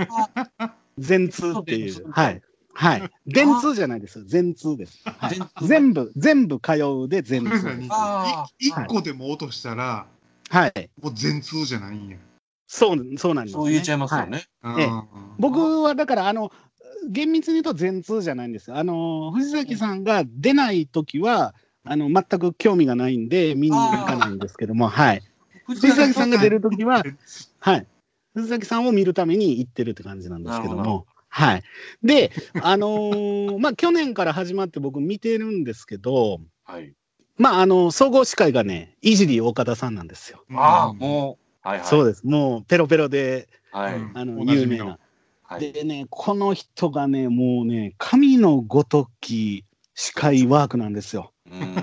Speaker 2: ー
Speaker 4: 全通ってい。
Speaker 2: そうう
Speaker 4: はい。はい。電通じゃないですよ。全通です。はい
Speaker 2: 全通
Speaker 4: 全部、全部通うで全
Speaker 3: ごめんなさい
Speaker 4: 通で
Speaker 3: ね
Speaker 4: す。
Speaker 2: あー
Speaker 3: い一個でも落としたら、
Speaker 4: はい。
Speaker 3: もう全通じゃないんや。
Speaker 4: そう、そうなんです、ね。
Speaker 2: そう言えちゃいますよ
Speaker 4: は
Speaker 2: ね。
Speaker 3: あ
Speaker 4: ええ
Speaker 3: ー
Speaker 4: 僕はだから、あの、厳密に言うと全通じゃないんですよ。あの、藤崎さんが出ないときは、あの、全く興味がないんで、見に行かないんですけども、はい。藤崎さんが出るときは、 *laughs* はい。藤崎さんを見るために行ってるって感じなんですけど
Speaker 2: なるほ
Speaker 4: も。はい。で、あのーまあ、去年から始まって僕見てるんですけど、
Speaker 2: はい。
Speaker 4: まあ、あの、総合司会がね、いじり岡田さんなんですよ。
Speaker 2: ああ、
Speaker 3: うん
Speaker 2: もう。はいはい。
Speaker 4: そうです。もう、ペロペロで、
Speaker 2: はい。
Speaker 3: うん
Speaker 4: あの、
Speaker 3: おなじ
Speaker 4: 有
Speaker 3: み
Speaker 4: 名
Speaker 3: の
Speaker 4: な。
Speaker 2: はい。
Speaker 4: でね、この人がね、もうね、神のごとき司会ワークなんですよ。
Speaker 2: うん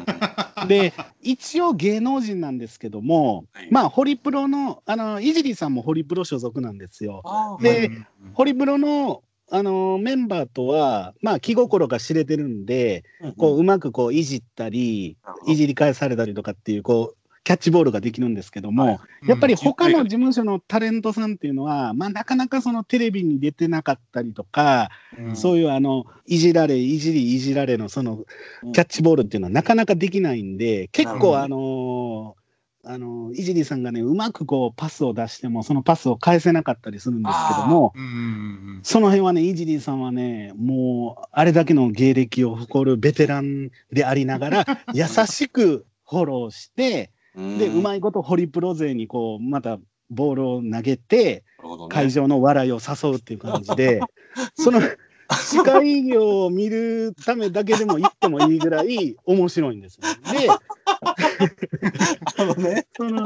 Speaker 4: で、一応芸能人なんですけども、
Speaker 2: はい
Speaker 4: まあ、ホリプロの、あの、いじりさんもホリプロ所属なんですよ。
Speaker 2: あー
Speaker 4: で
Speaker 3: うんうんうん
Speaker 4: ホリプロの、あのメンバーとは、まあ、気心が知れてるんで、
Speaker 2: うん
Speaker 4: こう、うまくこう、いじったり、
Speaker 2: なるほど
Speaker 4: いじり返されたりとかっていう、こう、キャッチボールができるんですけども、やっぱり他の事務所のタレントさんっていうのは、まあ、なかなかそのテレビに出てなかったりとか、
Speaker 3: うん
Speaker 4: そういうあのいじられいじりいじられのその
Speaker 2: うん
Speaker 4: キャッチボールっていうのはなかなかできないんで結構
Speaker 2: な
Speaker 4: あのあのいじりさんがねうまくこうパスを出してもそのパスを返せなかったりするんですけども
Speaker 3: うんうん
Speaker 4: その辺はねいじりさんはねもうあれだけの芸歴を誇るベテランでありな
Speaker 2: *laughs*
Speaker 4: がら優しくフォローしてでう
Speaker 2: い。
Speaker 4: まいことホリプロ勢にこうまたボールを投げて
Speaker 2: なるほどね
Speaker 4: 会場の笑いを誘うっていう感じでその司会業を見るためだけでも行ってもいいぐらい面白いんですよ。で、
Speaker 2: あのね、
Speaker 4: その、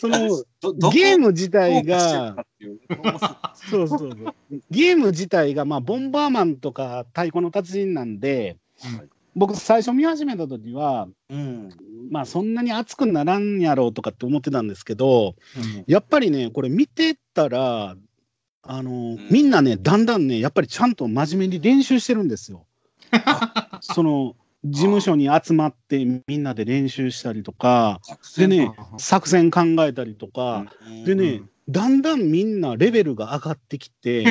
Speaker 4: その、
Speaker 2: *laughs* どどこ
Speaker 4: ゲーム自体
Speaker 2: どうか
Speaker 4: が、
Speaker 2: してるかっていう面白い
Speaker 4: そうそうそう、ゲーム自体が、まあ、ボンバーマンとか太鼓の達人なんで
Speaker 3: うん、
Speaker 4: 僕最初見始めた時は、
Speaker 2: うん。
Speaker 4: まあそんなに熱くならんやろうとかって思ってたんですけど、
Speaker 3: うん
Speaker 4: やっぱりね、これ見てたら、あの
Speaker 2: ん、
Speaker 4: みんなね、だんだんね、やっぱりちゃんと真面目に練習してるんですよ。その、事務所に集まってみんなで練習したりとか、でね、作戦考えたりとか、で
Speaker 2: うん
Speaker 4: ね、だんだんみんなレベルが上がって
Speaker 2: *laughs*
Speaker 4: きて、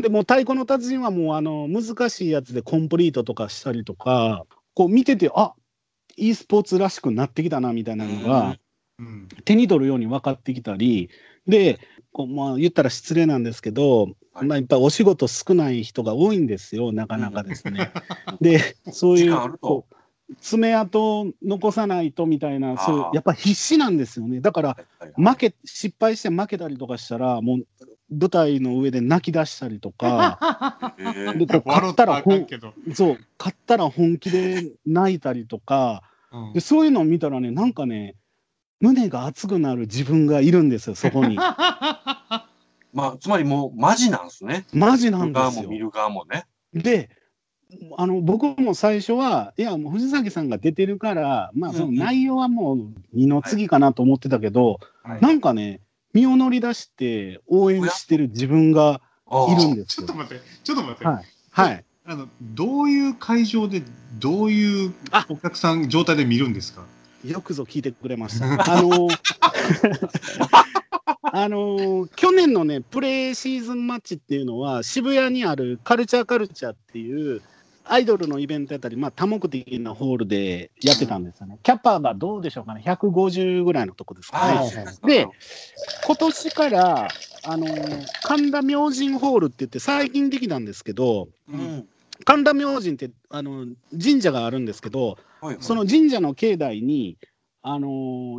Speaker 4: でもう太鼓の達人はもうあの、難しいやつでコンプリートとかしたりとか、こう見てて、あ e スポーツらしくなってきたなみたいなのが、
Speaker 3: うん
Speaker 4: 手に取るように分かってきたりでこう、まあ、言ったら失礼なんですけど、
Speaker 2: はい
Speaker 4: まあ、やっぱお仕事少ない人が多いんですよなかなかで
Speaker 2: *laughs*
Speaker 4: すね。でそうい
Speaker 2: 時間あると
Speaker 4: うこう爪痕を残さないとみたいなそういう
Speaker 2: あー
Speaker 4: やっぱ必死なんですよねだから
Speaker 2: はいはいはい
Speaker 4: 負け失敗して負けたりとかしたらもう舞台の上で泣き出したりとか
Speaker 2: *laughs* えー
Speaker 4: でこう勝
Speaker 3: 笑
Speaker 4: っ
Speaker 3: ったた
Speaker 4: ら
Speaker 3: ら
Speaker 4: ほ
Speaker 3: 本
Speaker 4: ん
Speaker 3: けど。
Speaker 4: そう勝ったら本気で泣いたりとか。
Speaker 3: うん
Speaker 4: でそういうのを見たらねなんかね胸が熱くなる自分がいるんですよそ
Speaker 2: *laughs*
Speaker 4: こに
Speaker 2: まあ、つまりもう、マジなんですね。
Speaker 4: マジな
Speaker 2: 見
Speaker 4: ん
Speaker 2: る
Speaker 4: で
Speaker 2: 側
Speaker 4: す
Speaker 2: も見
Speaker 4: よ。
Speaker 2: る側もね。
Speaker 4: であの僕も最初はいやもう藤崎さんが出てるからまあ
Speaker 2: うん
Speaker 4: その内容はもう二の次かなと思ってたけど、
Speaker 2: はい
Speaker 4: なんかね身を乗り出して応援してる自分が
Speaker 2: あー
Speaker 4: いるんです
Speaker 3: ちょっ
Speaker 4: よ
Speaker 3: と。待って、ちょっと待って。
Speaker 4: はいはい、
Speaker 3: あのどういう会場でどういう
Speaker 4: あ
Speaker 3: お客さん状態で見るんですか。
Speaker 4: よくぞ聞いてくれました。あ
Speaker 3: *laughs*
Speaker 4: のーあのー去年のねプレーシーズンマッチっていうのは渋谷にあるカルチャーカルチャーっていうアイドルのイベントやったり、まあ、多目的なホールでやってたんですよね。キャパがどうでしょうかね150ぐらいのとこですかね。
Speaker 3: はい
Speaker 4: で今年からあのー神田明神ホールって言って最近できたんですけど
Speaker 2: うん
Speaker 4: 神田明神ってあの神社があるんですけど
Speaker 2: はいはい
Speaker 4: その神社の境内に、あの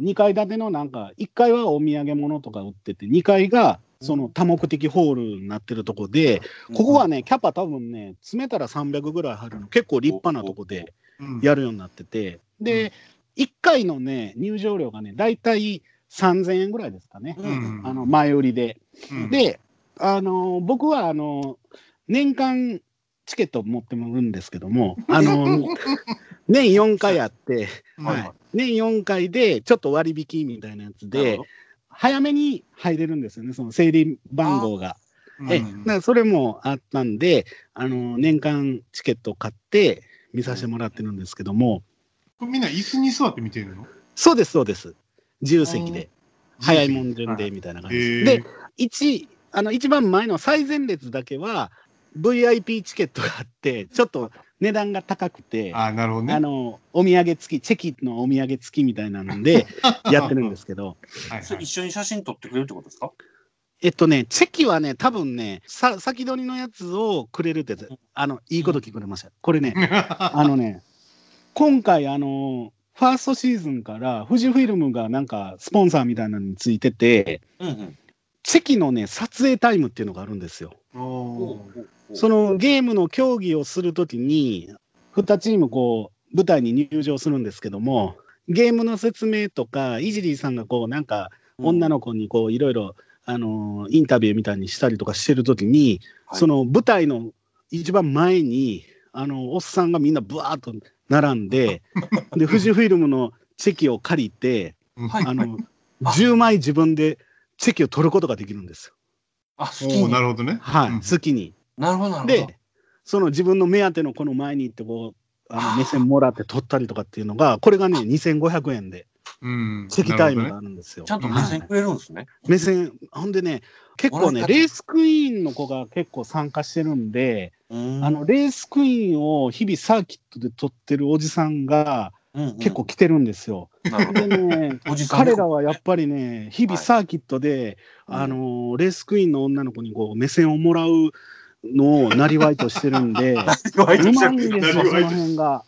Speaker 4: 2階建てのなんか1階はお土産物とか売ってて2階がその多目的ホールになってるとこでここはねキャパ多分ね詰めたら300ぐらい入るの結構立派なとこで
Speaker 3: うん
Speaker 4: やるようになってて、で、1回のね、入場料がね、だいたい3000円ぐらいですかね、
Speaker 2: うん
Speaker 4: あの前売りで。
Speaker 3: うん
Speaker 4: で、あの僕はあの年間チケット持ってもるんですけども、あの
Speaker 2: *laughs*
Speaker 4: 年4回あって、
Speaker 3: うん
Speaker 2: はい
Speaker 4: はい年4回でちょっと割引みたいなやつ
Speaker 2: なる
Speaker 4: で
Speaker 2: ほど、
Speaker 4: 早めに入れるんですよね、その整理番号が。
Speaker 3: うん
Speaker 4: ええだからそれもあったんで、あの年間チケットを買って見させてもらってるんですけども、
Speaker 3: これみんな椅子に座って見てるの
Speaker 4: そうです、そうです、自由席で、早いもん順
Speaker 3: はい
Speaker 4: でみたいな感じです。
Speaker 3: ええ、
Speaker 4: で一あの一番前の最前列だけは VIP チケットがあってちょっと値段が高くてあ、
Speaker 3: あなるほどね。
Speaker 4: のお土産付きチェキのお土産付きみたいなの
Speaker 3: *laughs*
Speaker 4: でやってるんですけど
Speaker 3: はい
Speaker 2: そ
Speaker 3: は
Speaker 2: れ
Speaker 3: い
Speaker 2: 一緒に写真撮ってくれるってことですか
Speaker 4: えっとねチェキはね多分ねさ先取りのやつをくれるってやつあのいいこと聞くれましたこれねあのね今回あのファーストシーズンから富士フィルムがなんかスポンサーみたいなのについてて
Speaker 2: うんうん。
Speaker 4: チェキのね撮影タイムっていうのがあるんですよ。
Speaker 3: おー
Speaker 4: そのゲームの競技をするときに、2チームこう、舞台に入場するんですけども、ゲームの説明とか、イジリーさんがこう、なんか、女
Speaker 2: の、
Speaker 4: の子にこう、いろいろ、あのーインタビューみたいにしたりとかしてるときに、
Speaker 2: はい
Speaker 4: その舞台の一番前に、あの、おっさんがみんなブワーッと並ん
Speaker 2: *laughs*
Speaker 4: で、で、富士フィルムのチェキを借りて、
Speaker 2: はい
Speaker 4: あ
Speaker 2: *laughs*
Speaker 4: の、
Speaker 2: あ
Speaker 4: 10枚自分でチェキを取ることができるんですよ。
Speaker 2: あ、好き
Speaker 3: おー
Speaker 2: に
Speaker 3: なるほどね。
Speaker 4: はい、
Speaker 3: うん
Speaker 4: 好きに。
Speaker 2: なるほど、なるほど。
Speaker 4: でその自分の目当てのこの前に行ってこうあ
Speaker 2: あー
Speaker 4: の目線もらって撮ったりとかっていうのがこれがね2500円で
Speaker 3: うん
Speaker 4: チェキタイム
Speaker 3: な
Speaker 4: が
Speaker 3: る
Speaker 4: あるんですよ。
Speaker 2: ちゃんと目線くれるんですね。
Speaker 4: 目線ほんでね結構
Speaker 2: もらい
Speaker 4: ね
Speaker 2: 方
Speaker 4: レースクイーンの子が結構参加してるんで、あ
Speaker 2: あ、
Speaker 4: のレースクイーンを日々サーキットで撮ってるおじさんが
Speaker 2: うんうん
Speaker 4: 結構来てるんですよ。
Speaker 2: なるほど。
Speaker 4: で
Speaker 2: *laughs*
Speaker 4: ね
Speaker 2: おじさん
Speaker 4: 彼らはやっぱりね日々
Speaker 2: はい
Speaker 4: サーキットで、あのーレースクイーンの女の子にこう目線をもらうのをなりわいとしてるん
Speaker 2: *laughs*
Speaker 4: で。
Speaker 2: 弱いうとし
Speaker 4: ま
Speaker 2: て
Speaker 4: いん
Speaker 2: る
Speaker 4: ですよ、その辺が。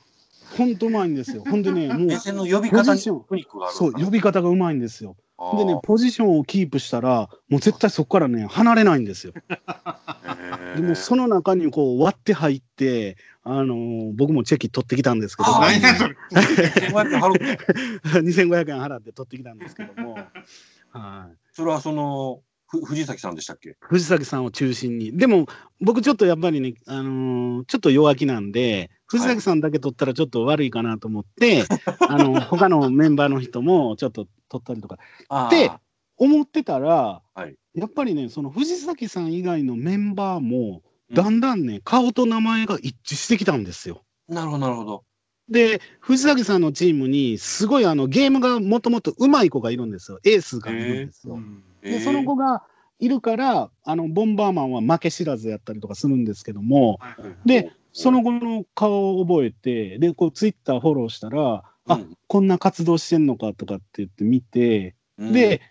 Speaker 4: ほんとうまいんですよ。ほんでね、もう
Speaker 2: 目、線の呼び方にテクニックがある
Speaker 4: そう、呼び方がうまいんですよ。
Speaker 2: あ
Speaker 4: でね
Speaker 2: ー、
Speaker 4: ポジションをキープしたら、もう絶対そこからね、離れないんですよ。
Speaker 2: へー
Speaker 4: でも、その中にこう、割って入って、あのー僕もチェキ取ってきたんですけど、
Speaker 2: あ
Speaker 3: ほど
Speaker 2: ー
Speaker 3: 何や
Speaker 4: *laughs*
Speaker 3: それ。
Speaker 2: 1500円払う
Speaker 4: 2500円払って取ってきたんですけども、はい。
Speaker 2: それはその、ふ藤崎さんでしたっけ
Speaker 4: 藤崎さんを中心に。でも、僕ちょっとやっぱりね、あのーちょっと弱気なんで、藤崎さんだけ取ったらちょっと悪いかなと思って、あの、他のメンバーの人もちょっと取ったりとか、
Speaker 2: あー
Speaker 4: で思ってたら、
Speaker 2: はい
Speaker 4: やっぱりね、その藤崎さん以外のメンバーも、
Speaker 2: うん
Speaker 4: だんだんね、顔と名前が一致してきたんですよ。
Speaker 2: なるほど、なるほど。
Speaker 4: で、藤崎さんのチームに、すごいあの、ゲームがもともと上手い子がいるんですよ。エースがいるんですよ。
Speaker 3: うん
Speaker 2: え
Speaker 4: で
Speaker 2: ー
Speaker 4: その子がいるからあのボンバーマンは負け知らずやったりとかするんですけども
Speaker 3: はいはい
Speaker 4: でその子の顔を覚えてでこうツイッターフォローしたら、
Speaker 2: う
Speaker 4: あ
Speaker 2: ん
Speaker 4: こんな活動してんのかとかって言って見て、
Speaker 2: うん
Speaker 4: で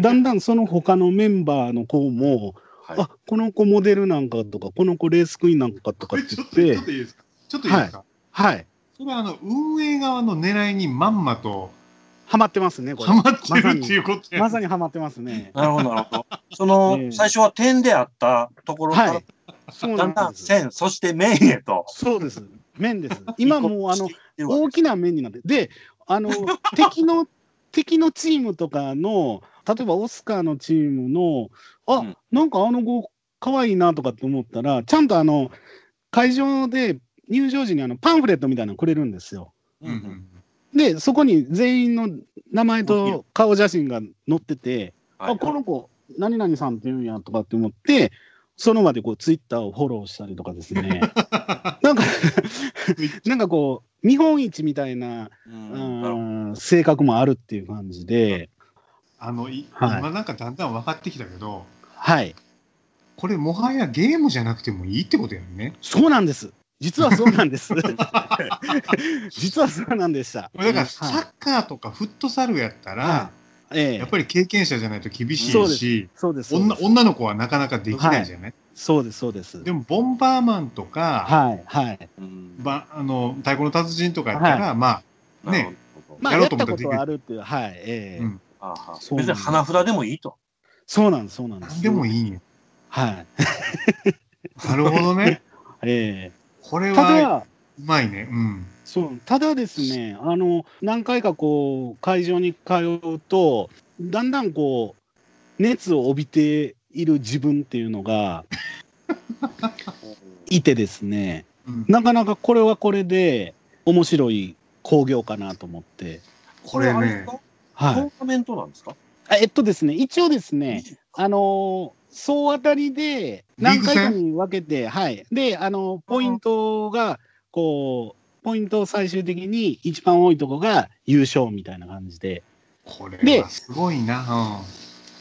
Speaker 4: だんだんその他のメンバーの子も、
Speaker 2: はい
Speaker 4: あこの子モデルなんかとかこの子レースクイーンなんかと
Speaker 3: こ
Speaker 4: かっ
Speaker 3: れ
Speaker 4: て
Speaker 3: ちょっとち
Speaker 4: 言
Speaker 3: ょっ
Speaker 4: っ
Speaker 3: てといいですかちょっといいですか
Speaker 4: はい
Speaker 3: それはあの運営側の狙いにまんまと
Speaker 4: ハマってますねこ
Speaker 3: ハ
Speaker 4: れ
Speaker 3: マってるっていうことや
Speaker 4: まさにハマってますね
Speaker 2: なるほど、なるほ
Speaker 4: *laughs*
Speaker 2: ど。その、
Speaker 4: ええ
Speaker 2: 最初は点であったところから、
Speaker 4: はいそう
Speaker 2: だ
Speaker 4: なんん
Speaker 2: だん
Speaker 4: です
Speaker 2: 線、そして面へと。
Speaker 4: そうです面です今も
Speaker 2: *laughs*
Speaker 4: うあ
Speaker 2: 移行し
Speaker 4: の
Speaker 2: ていってるわけ
Speaker 4: 大きな面になってであの敵の敵のチームとかの例えばオスカーのチームのあ、
Speaker 2: うん
Speaker 4: なんかあの子かわいいなとかって思ったらちゃんとあの会場で入場時にあのパンフレットみたいなのくれるんですよ。
Speaker 2: うんうん
Speaker 4: でそこに全員の名前と顔写真が載ってて、
Speaker 2: はい
Speaker 4: あこの子何々さんって言うんやとかって思ってその場でこうツイッターをフォローしたりとかです
Speaker 3: *laughs*
Speaker 4: ねなんかなんかこう見本市みたいな
Speaker 2: うんなるほど
Speaker 4: うん性格もあるっていう感じで、
Speaker 3: あのい
Speaker 4: はい
Speaker 3: 今なんかだんだん分かってきたけど
Speaker 4: はい、
Speaker 3: これもはやゲームじゃなくてもいいってことやんね
Speaker 4: そうなんです。実はそうな
Speaker 3: *laughs*
Speaker 4: んです。実はそうなんでした。
Speaker 3: だからサ
Speaker 4: はい
Speaker 3: ッカーとかフットサルやったら
Speaker 4: はええ
Speaker 3: やっぱり経験者じゃないと厳し
Speaker 4: そう
Speaker 3: い
Speaker 4: です
Speaker 3: し
Speaker 4: そうです。
Speaker 3: 女
Speaker 4: そうです
Speaker 3: 女の子はなかなかできないじゃない
Speaker 4: そうです。そうです。
Speaker 3: でもボンバーマンとか
Speaker 4: はい、はい。
Speaker 2: うん
Speaker 3: ばあの太鼓の達人とかやったらまあ
Speaker 2: なるほど
Speaker 4: まあ、
Speaker 3: やろ
Speaker 4: やっ
Speaker 3: うと思
Speaker 4: た
Speaker 3: ったらでき
Speaker 4: こと
Speaker 3: る
Speaker 4: はあるっていう、はい、ええ
Speaker 3: うん
Speaker 2: あーはー
Speaker 4: そう
Speaker 2: 別に花札でもいいと。
Speaker 4: そうなんです。そうなんで
Speaker 3: 何
Speaker 4: す。
Speaker 3: でもいいんや
Speaker 4: はい、
Speaker 3: なるほどね
Speaker 4: *laughs* ええ
Speaker 3: これ
Speaker 4: た
Speaker 3: は
Speaker 4: だ、
Speaker 3: うまいね。うん。
Speaker 4: そうただですねあの何回かこう会場に通うとだんだんこう熱を帯びている自分っていうのがいてですね
Speaker 3: うん、
Speaker 4: なかなかこれはこれで面白い興行かなと思って、
Speaker 3: これ
Speaker 2: あです
Speaker 3: ね
Speaker 2: か、ト
Speaker 4: は
Speaker 2: ーナメントなんですか
Speaker 4: い、あえっとですね一応ですねあのー総当たりで何回かに分けて、はい、であのポイントがこうポイントを最終的に一番多いとこが優勝みたいな感じで
Speaker 3: これ
Speaker 4: で
Speaker 3: はすごいな。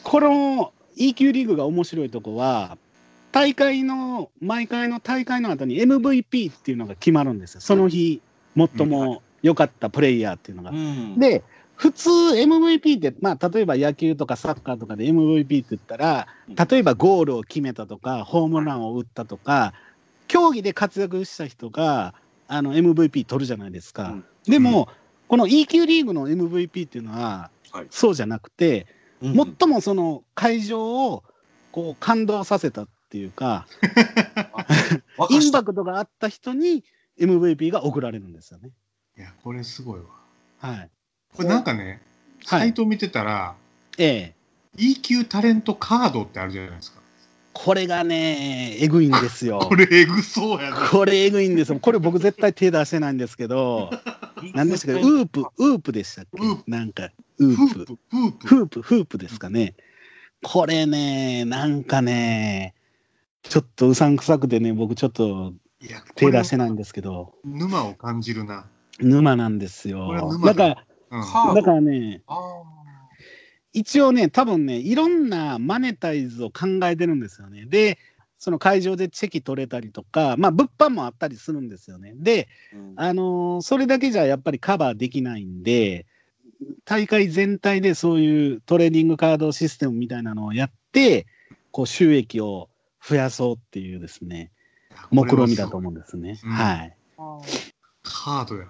Speaker 4: この E 級リーグが面白いとこは大会の毎回の大会の後に MVP っていうのが決まるんですよその日最も良かったプレイヤーっていうのが。
Speaker 2: ん
Speaker 4: で普通 MVP って、まあ、例えば野球とかサッカーとかで MVP って言ったら例えばゴールを決めたとかホームランを打ったとか競技で活躍した人があの MVP 取るじゃないですか。でも、この E 級リーグの MVP っていうのは、
Speaker 2: はい
Speaker 4: そうじゃなくて
Speaker 2: うん
Speaker 4: 最もその会場をこう感動させたっていうか
Speaker 2: 沸か
Speaker 4: イン
Speaker 2: した
Speaker 4: パクトがあった人に MVP が贈られるんですよね。
Speaker 3: いや、これすごいわ。
Speaker 4: はい、
Speaker 3: これなんかね、
Speaker 4: はい
Speaker 3: サイト見てたら、
Speaker 4: ええ
Speaker 3: E 級タレントカードってあるじゃないですか。
Speaker 4: これがねえぐいんですよ。
Speaker 3: これえぐそうやな。
Speaker 4: これえぐいんですよ。これ僕絶対手出せないんですけど、何でしたっけ、ウープ、ウープでしたっけ
Speaker 3: ウープ、
Speaker 4: なんか、ウ
Speaker 3: フ
Speaker 4: ー
Speaker 3: ー
Speaker 4: プ、
Speaker 3: プ、フープ。
Speaker 4: フープ、フープですかね。これね、なんかね、ちょっとうさんくさくてね、僕ちょっと
Speaker 3: いや、こ
Speaker 4: 手
Speaker 3: れは
Speaker 4: 出せないんですけど、
Speaker 3: 沼を感じるな。
Speaker 4: 沼なんです
Speaker 3: これは
Speaker 4: よ。
Speaker 3: 沼
Speaker 4: だ
Speaker 3: だ
Speaker 4: か
Speaker 3: うん。
Speaker 2: カー
Speaker 4: ら、
Speaker 2: ド
Speaker 4: だからね、
Speaker 2: あ
Speaker 4: 一応ね、多分ね、いろんなマネタイズを考えてるんですよね。で、その会場でチェキ取れたりとか、まあ、物販もあったりするんですよね。で、
Speaker 2: ーうん
Speaker 4: あのーそれだけじゃやっぱりカバーできないんで、大会全体でそういうトレーディングカードシステムみたいなのをやって、こう収益を増やそうっていうですね、目論みだと思うんですね。
Speaker 3: うん
Speaker 4: はい。
Speaker 3: カードや。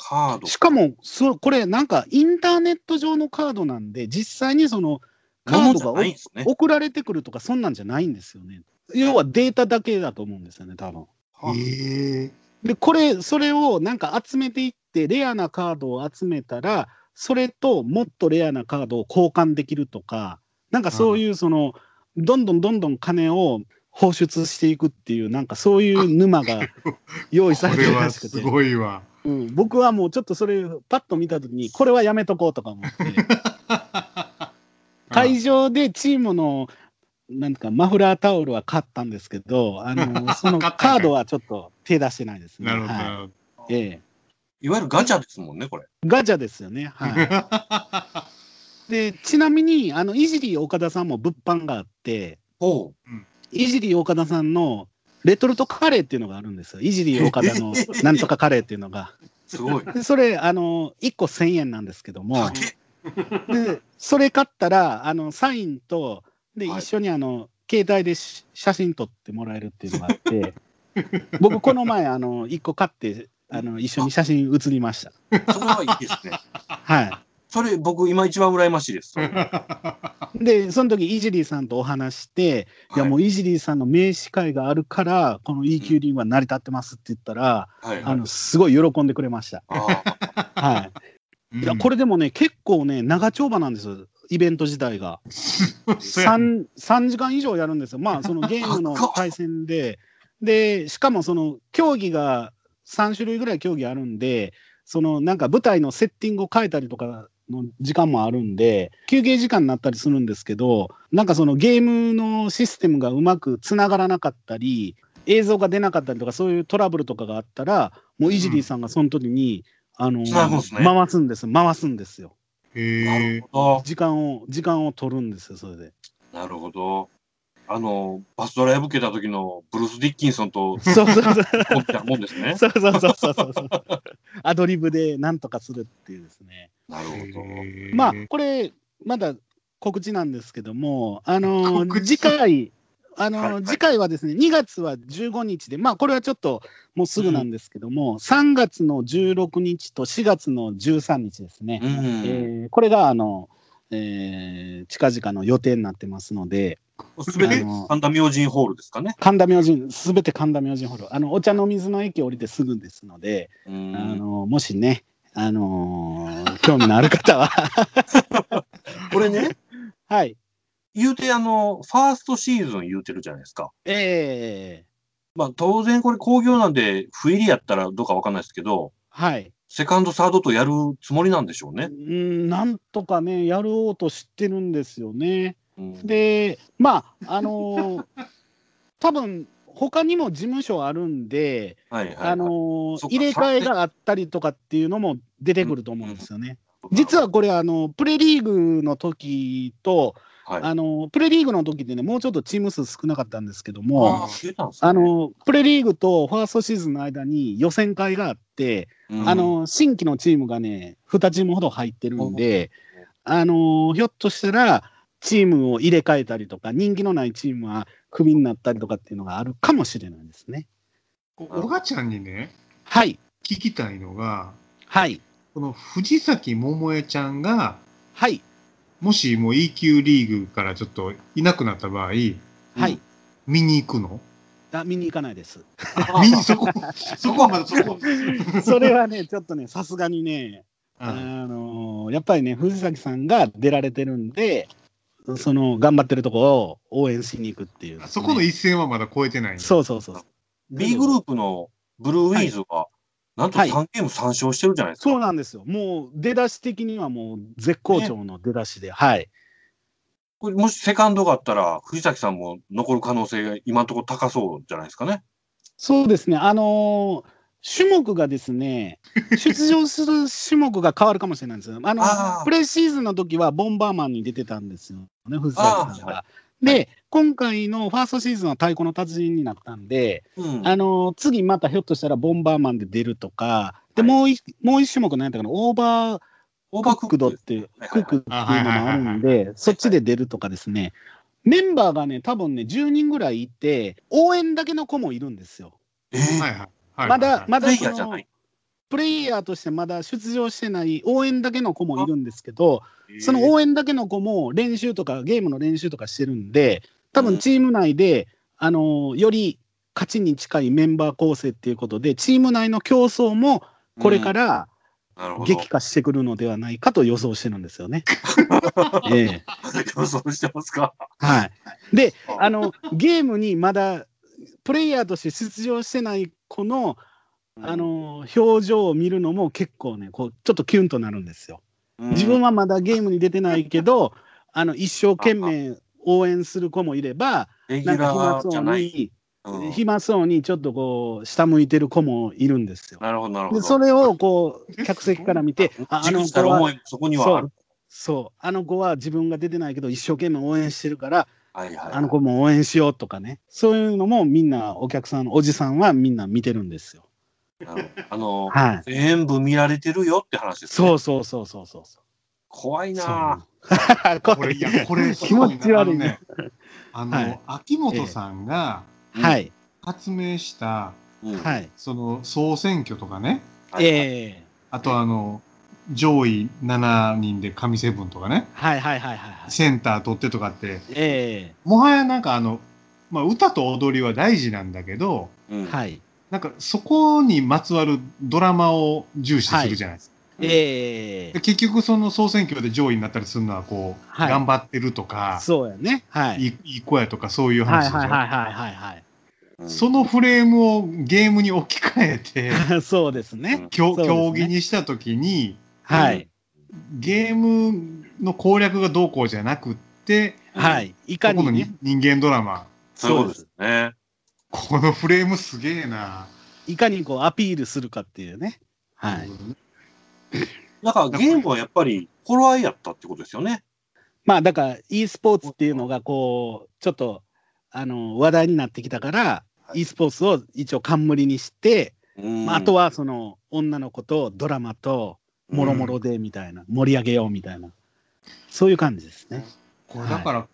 Speaker 2: カード
Speaker 4: しかも、そこれなんかインターネット上のカードなんで、実際にそのカード
Speaker 2: ものじゃ
Speaker 4: が
Speaker 2: ないんですね
Speaker 4: 送られてくるとか、そんなんじゃないんですよね。要はデータだけだと思うんですよね、多分。
Speaker 2: は
Speaker 3: ええ
Speaker 4: でこれそれをなんか集めていってレアなカードを集めたらそれともっとレアなカードを交換できるとかなんかそういうそのどんどんどんどん金を放出していくっていうなんかそういう
Speaker 3: *laughs*
Speaker 4: 沼が用意さ
Speaker 3: こ
Speaker 4: れて
Speaker 3: れ
Speaker 4: るら
Speaker 3: は
Speaker 4: しく
Speaker 3: す
Speaker 4: て、
Speaker 3: ごい
Speaker 4: *laughs*
Speaker 3: わ。
Speaker 4: うん、僕はもうちょっとそれパッと見た時にこれはやめとこうとか思って会場でチームのなんかマフラータオルは買ったんですけど
Speaker 3: *laughs*
Speaker 4: あのその
Speaker 3: 買ったんか
Speaker 4: カ
Speaker 3: い
Speaker 4: ードはちょっと手出してないです
Speaker 3: うん
Speaker 4: ね。
Speaker 3: なるほど。
Speaker 4: はいええ
Speaker 2: いわゆるガチャですもんね、これ。
Speaker 4: ガチャですよね。はい、でちなみにあのイジリー岡田さんも物販があって
Speaker 2: ほ
Speaker 4: イジリー岡田さんのレトルトカレーっていうのがあるんですよ。イジリー岡
Speaker 2: *laughs*
Speaker 4: 田のなんとかカレーっていうのが。
Speaker 2: う、すごい。
Speaker 4: でそれあの1個1,000円なんですけども
Speaker 2: かけ
Speaker 4: でそれ買ったらあのサインとで
Speaker 2: はい
Speaker 4: 一緒にあの携帯でし写真撮ってもらえるっていうのがあって僕この前あの1個買ってあの一緒に写真写りました。
Speaker 2: それはいいです *laughs* ね。
Speaker 4: はい
Speaker 2: それ、僕、今一番羨ましいです。それ
Speaker 4: でその時イジリーさんとお話して、い、やもうイジリーさんの名刺会があるからこの E 級リーグは成り立ってますって言ったら、
Speaker 2: はい、
Speaker 4: あのすごい喜んでくれました、
Speaker 2: あ *laughs* あ
Speaker 4: は
Speaker 3: う
Speaker 4: い、
Speaker 3: ん
Speaker 4: いやこれでもね結構ね長丁場なんですよイベント自体が
Speaker 3: そうや
Speaker 4: 3, 3時間以上やるんですよまあそのゲームの対戦ででしかもその競技が3種類ぐらい競技あるんでそのなんか舞台のセッティングを変えたりとかの時間もあるんで休憩時間になったりするんですけどなんかそのゲームのシステムがうまくつながらなかったり映像が出なかったりとかそういうトラブルとかがあったらもうイジリーさんがその時に、あの
Speaker 2: つなぐんですね
Speaker 4: 回すんです回すんですよ
Speaker 2: な
Speaker 3: へえ
Speaker 2: る。ほ
Speaker 4: 時間を時間を取るんですよそれで。
Speaker 2: ど。なるほど。あの、バスドライブ受けた時のブルース・ディッキンソンと
Speaker 4: そうそうそう
Speaker 2: コンピたいなもんです *laughs* ね。
Speaker 4: そうそうそうそうそうそう。アドリブでなんとかするっていうですね。
Speaker 2: なるほど。
Speaker 3: へー
Speaker 4: まあこれまだ告知なんですけども、あの
Speaker 3: 告知
Speaker 4: 次回あの、
Speaker 2: はいはい
Speaker 4: 次回はですね2月は15日でまあこれはちょっともうすぐなんですけども、3月の16日と4月の13日ですね。
Speaker 2: うん。
Speaker 4: えーこれがあのえー近々の予定になってますので、
Speaker 2: すべて
Speaker 4: あの
Speaker 2: 神田明神ホールですかね。
Speaker 4: 神田明神、すべて神田明神ホール、あのお茶の水の駅降りてすぐですので、
Speaker 2: う
Speaker 4: あ
Speaker 2: ん
Speaker 4: のもしね、あのー興味のある方
Speaker 2: *laughs*
Speaker 4: は、
Speaker 2: これね、
Speaker 4: はい、
Speaker 2: 言うて、あの、ファーストシーズン言うてるじゃないですか。
Speaker 4: え
Speaker 2: まあ、当然これ興行なんで、不入りやったらどうかわかんないですけど、
Speaker 4: ーはい、
Speaker 2: セカンド、サードとやるつもりなんでしょうね
Speaker 4: う。んなんとかね、やろうとしてるんですよね。
Speaker 2: うん、
Speaker 4: で、まあ、
Speaker 2: *laughs*
Speaker 4: あのー多分他にも事務所あるんで、
Speaker 2: はいはい、はい。
Speaker 4: あのー
Speaker 2: そうか
Speaker 4: 入れ替えがあったりとかっていうのも出てくると思うんですよね。実
Speaker 2: は、
Speaker 4: はこれあのプレリーグの時と、
Speaker 2: はい、
Speaker 4: あのプレリーグの時でねもうちょっとチーム数少なかったんですけど
Speaker 2: あ
Speaker 4: も
Speaker 2: ー言うたんですね
Speaker 4: あ、のプレリーグとファーストシーズンの間に予選会があって、
Speaker 2: うん
Speaker 4: あ、の新規のチームがね2チームほど入ってるんで、あのひょっとしたらチームを入れ替えたりとか人気のないチームはクビになったりとかっていうのがあるかもしれないですね。
Speaker 3: こうおがちゃんにね、
Speaker 4: はい
Speaker 3: 聞きたいのが、
Speaker 4: はい
Speaker 3: この藤崎桃江ちゃんが、
Speaker 4: はい
Speaker 3: もしもう E 級リーグからちょっといなくなった場合、
Speaker 4: はい、
Speaker 2: うん
Speaker 3: 見に行くの
Speaker 4: あ見に行かないです。 *laughs*
Speaker 2: あ
Speaker 3: 見に、そこ、そこはまだそこ。
Speaker 4: それはねちょっとねさすがにね
Speaker 3: うん
Speaker 4: あのーやっぱりね藤崎さんが出られてるんでその頑張ってるとこを応援しに行くっていう、
Speaker 3: そこの
Speaker 4: ね
Speaker 3: 一線はまだ超えてないんだ
Speaker 4: そうそうそう
Speaker 2: B グループのブルーウィーズは、なんと
Speaker 4: はい
Speaker 2: 3ゲーム3勝してるじゃないですか。
Speaker 4: そうなんですよもう出だし的にはもう絶好調の出だしで、はい
Speaker 2: これもしセカンドがあったら、藤崎さんも残る可能性が今のところ高そうじゃないですかね。
Speaker 4: そうですねあのー種目がですね出場する種目が変わるかもしれないんですよあの
Speaker 2: あー
Speaker 4: プレシーズンの時はボンバーマンに出てたんですよね藤崎さんが、
Speaker 2: あ
Speaker 4: で、今回のファーストシーズンは太鼓の達人になったんで、
Speaker 2: うん
Speaker 4: あの次またひょっとしたらボンバーマンで出るとか、で
Speaker 2: はい
Speaker 4: もう一もう一種目何やったかな、オーバー
Speaker 2: オー
Speaker 4: ク
Speaker 2: バー
Speaker 4: ックドっ
Speaker 2: です
Speaker 4: ていう、
Speaker 2: はいは
Speaker 4: ク
Speaker 2: い
Speaker 4: ックっていうの
Speaker 3: あはいはい
Speaker 4: も
Speaker 3: は
Speaker 4: あ
Speaker 3: いはい
Speaker 4: るんで、そっちで出るとかですね、メンバーがね、多分ね、10人ぐらいいて、応援だけの子もいるんですよ。
Speaker 2: え
Speaker 3: は
Speaker 2: ー
Speaker 3: いはい。はい
Speaker 4: まだ、ま
Speaker 2: プレ
Speaker 4: だ
Speaker 2: イヤーじ
Speaker 4: そ
Speaker 2: ゃな
Speaker 4: の
Speaker 2: い。
Speaker 4: プレイヤーとしてまだ出場してない応援だけの子もいるんですけど、そ
Speaker 2: え
Speaker 4: の
Speaker 2: ー
Speaker 4: 応援だけの子も練習とかゲームの練習とかしてるんで多分チーム内で、あのーより勝ちに近いメンバー構成っていうことでチーム内の競争もこれから
Speaker 2: うんなるほど
Speaker 4: 激化してくるのではないかと予想してるんで
Speaker 2: *laughs*
Speaker 4: すよね。ええ
Speaker 2: 予想してますか。
Speaker 4: はい、であのゲームにまだプレイヤーとして出場してない子の、あのー表情を見るのも結構ねこうちょっとキュンとなるんですよ。
Speaker 2: うん、
Speaker 4: 自分はまだゲームに出てないけど、 *laughs* あの一生懸命応援する子もいれば、
Speaker 2: レギ
Speaker 4: なん
Speaker 2: ュ
Speaker 4: か
Speaker 2: ラ
Speaker 4: 暇
Speaker 2: ーじ
Speaker 4: そ
Speaker 2: ゃ
Speaker 4: う
Speaker 2: ない。
Speaker 4: に、
Speaker 2: うん
Speaker 4: 暇そうにちょっとこう、下向いてる子もいるんですよ。
Speaker 2: なるほど、なるほ
Speaker 4: で、
Speaker 2: ど。
Speaker 4: それをこう、客席から見て、ああ
Speaker 2: 自
Speaker 4: の
Speaker 2: 分し
Speaker 4: 子
Speaker 2: たる思
Speaker 4: は、
Speaker 2: いもそこにはある。
Speaker 4: そう、あの子は自分が出てないけど、一生懸命応援してるから、
Speaker 2: はいはい。
Speaker 4: あの子も応援しようとかね、そういうのもみんな、お客さん、おじさんはみんな見てるんですよ。
Speaker 2: なるほどあの、
Speaker 4: はい。
Speaker 2: 全部見られてるよって話です、ね。。
Speaker 4: そううそうそうそうそうそう。
Speaker 2: 怖い
Speaker 4: そう
Speaker 2: なぁ。
Speaker 3: これ、いや、これ、すごいな
Speaker 4: 気持ち悪
Speaker 3: あの
Speaker 4: い
Speaker 3: ね。あの、
Speaker 4: はい
Speaker 3: 秋元さんが
Speaker 4: *laughs* はい、
Speaker 3: 発明した、
Speaker 2: うん
Speaker 4: はい。
Speaker 3: その、総選挙とかね、
Speaker 2: はい
Speaker 4: ええ
Speaker 3: あとあの、上位7人で神セブンとかね、
Speaker 4: はいはいはいはいはい。
Speaker 3: センター取ってとかって、
Speaker 4: え
Speaker 3: もはやなんかあの、まあ、歌と踊りは大事なんだけど、
Speaker 2: うん
Speaker 4: えはい。
Speaker 3: なんかそこにまつわるドラマを重視するじゃないですか。
Speaker 4: ええ
Speaker 3: で結局その総選挙で上位になったりするのはこう、
Speaker 4: はい
Speaker 3: 頑張ってるとか、
Speaker 4: そうやね。はい。
Speaker 3: いいいい子やとかそういう
Speaker 4: は
Speaker 3: 話
Speaker 4: い
Speaker 3: でしょ、
Speaker 4: はいはいはいはいはい
Speaker 2: うん
Speaker 3: そのフレームをゲームに置き換え
Speaker 4: *laughs*
Speaker 3: て、
Speaker 4: はい。そうですね。
Speaker 3: 競
Speaker 4: そうですね
Speaker 3: 競技にした時に
Speaker 4: はい。
Speaker 3: ゲームの攻略がどうこうじゃなくって、
Speaker 4: はい。いか
Speaker 3: ここ
Speaker 4: に
Speaker 3: の
Speaker 4: ね
Speaker 3: 人、人間ドラマ
Speaker 2: そういうことですね。
Speaker 3: このフレームすげえない
Speaker 4: かにこうアピールするかっていうね。はい。
Speaker 2: だからゲームはやっぱり頃合いやったってことですよね。
Speaker 4: まあだから e スポーツっていうのがこう、ちょっとあの話題になってきたから、e スポーツを一応冠にして、まあ、あと
Speaker 2: は
Speaker 4: はその女の子とドラマともろもろでみたいな、盛り上げようみたいな、そういう感じですね。
Speaker 3: これだから、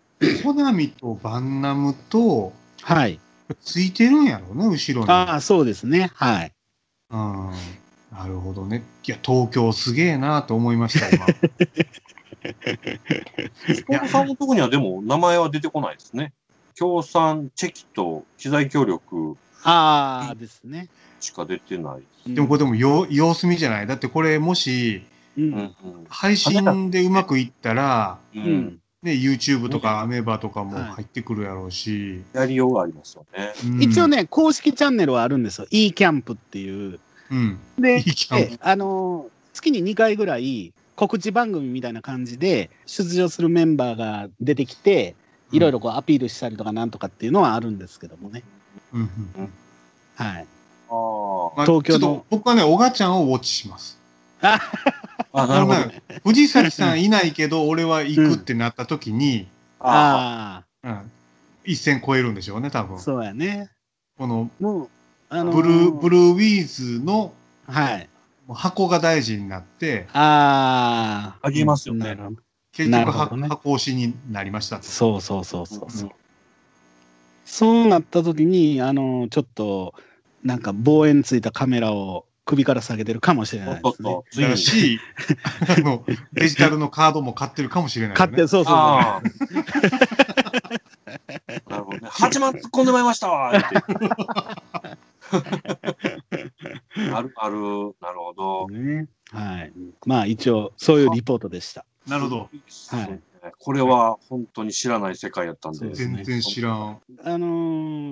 Speaker 3: コナミとバンナムと
Speaker 4: はい。
Speaker 3: ついてるんやろうね後ろに
Speaker 4: ああ、そうですね。はい。 *laughs*
Speaker 3: うんなるほどねいや東京すげえなと思いました今
Speaker 2: スポンサーのとこにはでも名前は出てこないですね。協賛、チェキと機材協力
Speaker 4: ああですね。
Speaker 2: しか出てない。
Speaker 3: でもこれでもよ様子見じゃないだってこれもし
Speaker 4: うん
Speaker 2: うん
Speaker 3: 配信でうまくいったら、
Speaker 2: うん。う
Speaker 4: うんん。
Speaker 3: ね、YouTube とかアメーバとかも入ってくるやろうし。
Speaker 2: やりようがありますよね。
Speaker 3: うん
Speaker 4: 一応。ね、公式チャンネルはあるんですよ。e キャンプっていう。
Speaker 3: うん。
Speaker 4: で
Speaker 3: いい、キャンプ
Speaker 4: であのー月に2回ぐらい告知番組みたいな感じで出場するメンバーが出てきて、いろいろこうアピールしたりとかなんとかっていうのはあるんですけどもね。
Speaker 3: うんうんうん
Speaker 4: は
Speaker 2: あ
Speaker 3: ま
Speaker 4: い。
Speaker 3: あ
Speaker 4: 東
Speaker 3: ち
Speaker 4: 京の
Speaker 3: ょっと僕はね、小賀ちゃんをウォッチします。
Speaker 2: あ。あ、なるほど。
Speaker 3: まあ藤崎さんいないけど、 *laughs* 俺は行くってなった時に、
Speaker 2: あ
Speaker 4: あ
Speaker 3: うん、一線超えるんでしょうね、多
Speaker 4: あ、
Speaker 3: 分。
Speaker 4: そうやね。
Speaker 3: この
Speaker 4: もう、あの
Speaker 3: ブルー、ブ
Speaker 4: ル
Speaker 3: ルーウィーズの
Speaker 4: はい。
Speaker 3: 箱が大事になって、
Speaker 4: あ
Speaker 2: あ。あげます
Speaker 4: あ、
Speaker 2: よ
Speaker 4: な
Speaker 2: ね
Speaker 4: る。ほど。
Speaker 3: 結
Speaker 4: なる
Speaker 3: 局
Speaker 4: ほ
Speaker 3: 箱、
Speaker 4: どね
Speaker 3: 箱推しになりましたと。
Speaker 4: そうそうそうそうそう。
Speaker 2: うん
Speaker 4: そうなった時に、あの、ちょっと、なんか望遠ついたカメラを首から下げてるかもしれ
Speaker 2: お
Speaker 4: な
Speaker 2: っ
Speaker 4: い
Speaker 2: と
Speaker 4: で
Speaker 2: っ
Speaker 4: すね。
Speaker 2: と、つい
Speaker 3: だ
Speaker 2: に。
Speaker 4: *laughs*
Speaker 3: し、あの、デジタルのカードも買ってるかもしれないよ
Speaker 4: 買っ
Speaker 3: ね、
Speaker 4: て、そうそうそう。
Speaker 2: ああ。なるほどね。8万突っ込んでまいりました
Speaker 4: *laughs*
Speaker 2: わーって。あるある。なるほど。
Speaker 4: ね、はい。まあ一応、そういうリポートでした。
Speaker 3: なるほど。
Speaker 4: はい
Speaker 2: これは本当に知らない世界やったん
Speaker 4: そう
Speaker 2: で。
Speaker 4: ですね
Speaker 3: 全然知らん。
Speaker 4: あの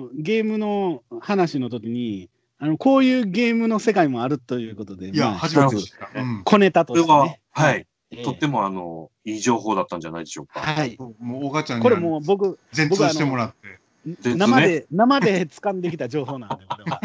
Speaker 4: ーゲームの話の時に、あの、こういうゲームの世界もあるということで、
Speaker 3: いや、
Speaker 4: まあ、
Speaker 3: 初めて知った。うん。
Speaker 4: 小ネタと
Speaker 2: これ
Speaker 4: して、
Speaker 2: は
Speaker 4: ね。、
Speaker 2: はい、
Speaker 4: ええ
Speaker 2: とってもあの、いい情報だったんじゃないでしょうか。
Speaker 4: はい。
Speaker 3: もう、小賀ちゃんに
Speaker 4: これ
Speaker 3: は
Speaker 4: もう僕、
Speaker 3: 全通してもらって。
Speaker 2: ですね
Speaker 4: 生で、生で掴んできた情報なんで、これ
Speaker 2: *laughs*
Speaker 4: は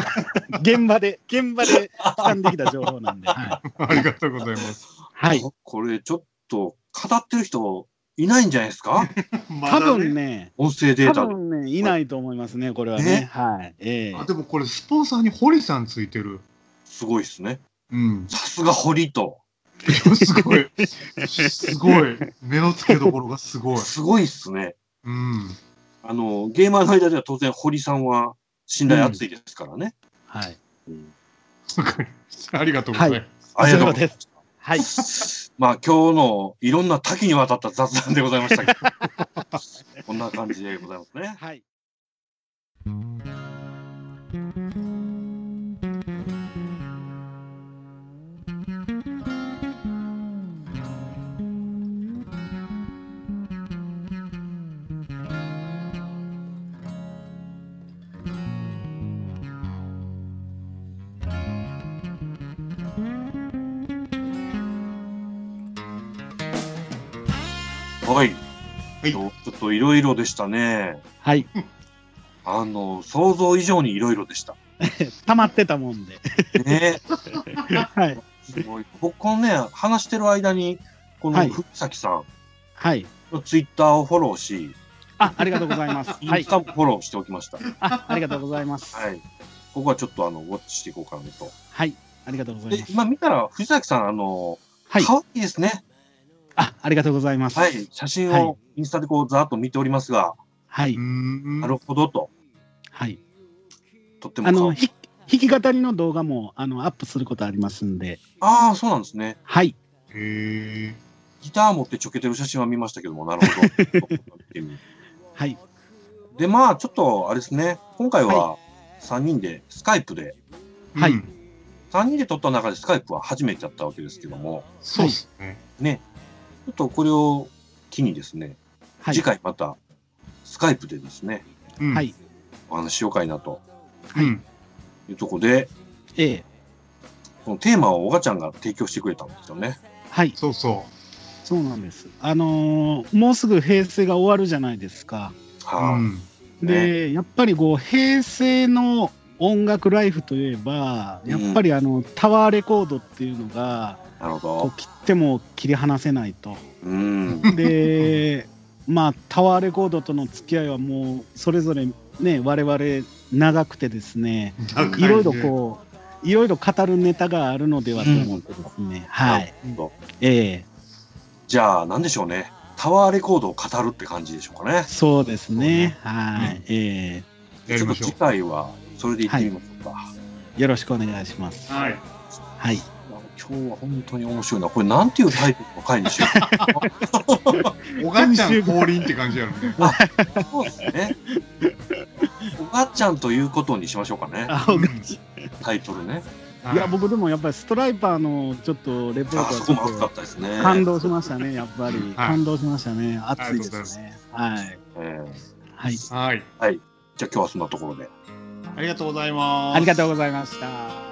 Speaker 4: 現場で、現場で掴んできた情報なんで、は
Speaker 3: ありがとうございます。
Speaker 4: い。はい、
Speaker 2: これちょっと語ってる人いないんじゃないですか
Speaker 3: *laughs* ま
Speaker 4: 多
Speaker 3: だね
Speaker 4: 分ね、
Speaker 2: 音声デ
Speaker 4: 多
Speaker 2: ータで。
Speaker 4: 分ね、いないと思いますね、これはね。
Speaker 2: ね
Speaker 4: はい。ええ
Speaker 3: あでもこれスポンサーに堀さんついてる。
Speaker 2: すごいですね。
Speaker 3: うん。
Speaker 2: さすが堀と。
Speaker 3: すごい。すごい。目の付けどころがすごい。
Speaker 2: すごいっすね。
Speaker 3: うん。
Speaker 2: あの、ゲーマーの間では当然堀さんは信頼厚いですからね。
Speaker 4: はい。
Speaker 3: わかりましたありがとうございます。
Speaker 2: ありがとうご
Speaker 4: そう
Speaker 2: ざい
Speaker 4: です。はい。
Speaker 2: ます。まあ今日のいろんな多岐にわたった雑談でございましたけ
Speaker 4: *laughs*
Speaker 2: ど。こんな感じでございますね。
Speaker 4: はい。
Speaker 2: はい。
Speaker 3: はい
Speaker 2: ちょっといろいろでしたね。
Speaker 4: はい。
Speaker 2: あの、想像以上にいろいろでした。
Speaker 4: 溜まってたもんで。
Speaker 2: *laughs* ね。
Speaker 4: はい。
Speaker 2: すごい。僕、このね、話してる間に、こ
Speaker 4: は
Speaker 2: の
Speaker 4: い
Speaker 2: 福崎さ
Speaker 4: はい。
Speaker 2: んのツイッターをフォローし、
Speaker 4: あ、ありがとうございます。
Speaker 2: イン
Speaker 4: はい
Speaker 2: ス。タもフォローしておきました。はい。
Speaker 4: あ、ありがとうござ
Speaker 2: *laughs*
Speaker 4: います。
Speaker 2: ここはちょっと、あの、ウォッチしていこうかなと。
Speaker 4: はい。ありがとうござい
Speaker 2: で
Speaker 4: ま、す。
Speaker 2: 今見たら、藤崎さん、あの、
Speaker 4: はい。
Speaker 2: 可愛いですね。
Speaker 4: あ、ありがとうございます。
Speaker 2: はい。写真
Speaker 4: はい
Speaker 2: をインスタでこう、ざーっと見ておりますが、
Speaker 4: は
Speaker 3: う
Speaker 4: い
Speaker 3: ー。ん
Speaker 2: なるほどと、
Speaker 4: はい。
Speaker 2: とっても
Speaker 4: あ
Speaker 2: 可
Speaker 4: の、
Speaker 2: 愛い。
Speaker 4: ひ弾き語りの動画も、あの、アップすることありますんで。
Speaker 2: ああ、そうなんですね。
Speaker 4: はい。
Speaker 3: へえ。
Speaker 2: ギター持ってちょけてる写真は見ましたけども、なるほど。
Speaker 4: はい。
Speaker 2: で、まあ、ちょっと、あれですね、今回は3人で、スカイプで、
Speaker 4: はい
Speaker 3: うん
Speaker 2: 3人で撮った中でスカイプは初めてやったわけですけども、
Speaker 3: そうですね。
Speaker 2: ね、ちょっとこれを機にですね、
Speaker 4: はい。
Speaker 2: 次回またスカイプでですね、
Speaker 3: うん
Speaker 4: はい。
Speaker 2: お話ししようかいなと
Speaker 3: うん。
Speaker 2: いうところで、
Speaker 4: ええ。
Speaker 2: このテーマをおがちゃんが提供してくれたんですよね。
Speaker 4: はい。
Speaker 3: そうそ
Speaker 4: そうなんです。あのーもうすぐ平成が終わるじゃないですか。
Speaker 3: う。う
Speaker 2: はい、
Speaker 3: ん。
Speaker 4: で、やっぱりこう、平成の音楽ライフといえば、やっぱりあの、タワーレコードっていうのが、
Speaker 2: なるほ
Speaker 4: こう
Speaker 2: ど。
Speaker 4: 切っても切り離せないと。
Speaker 2: うん。
Speaker 4: で、まあ、タワーレコードとの付き合いはもう、それぞれね、我々長くてですね、
Speaker 3: 高
Speaker 4: いろいろこう、いろいろ語るネタがあるのではと思ってですね、はい。
Speaker 2: なるほど
Speaker 4: ええ
Speaker 2: じゃあ、なんでしょうね。タワーレコードを語るって感じでしょうかね。
Speaker 4: そうですね、は
Speaker 3: う
Speaker 4: い。え
Speaker 3: や
Speaker 2: ち
Speaker 3: り
Speaker 2: ょっ
Speaker 3: ま
Speaker 2: と
Speaker 3: しょう
Speaker 2: 次。回はそれでいってみましょうか。
Speaker 3: *laughs*
Speaker 4: えよろしくお願いします。
Speaker 3: はい。
Speaker 4: はい。
Speaker 2: あの今日は本当に面白いな。これなんていうタイトルの回にしよ
Speaker 4: *laughs*
Speaker 3: おがっちゃん降臨って感じやろね。
Speaker 2: う。そうですね。おがっちゃんということにしましょうかね。
Speaker 4: あ
Speaker 3: うん
Speaker 2: タイトルね。
Speaker 3: はい
Speaker 4: や、僕でもやっぱりストライパーのちょっとレポート
Speaker 2: あ
Speaker 4: は
Speaker 2: そ
Speaker 4: ち
Speaker 2: こ
Speaker 4: ょ
Speaker 2: も熱
Speaker 4: っ
Speaker 2: か
Speaker 4: と
Speaker 2: ったですね。
Speaker 4: 感動しましたね、やっぱり。
Speaker 3: はい
Speaker 4: 感動しましたね。熱いで
Speaker 3: ありがとうご
Speaker 4: す
Speaker 3: ざ
Speaker 4: ね。はい。
Speaker 2: えー
Speaker 4: はい。
Speaker 3: はい。
Speaker 2: じゃあ今日はそんなところで。
Speaker 3: ありがとうございます。
Speaker 4: ありがとうございました。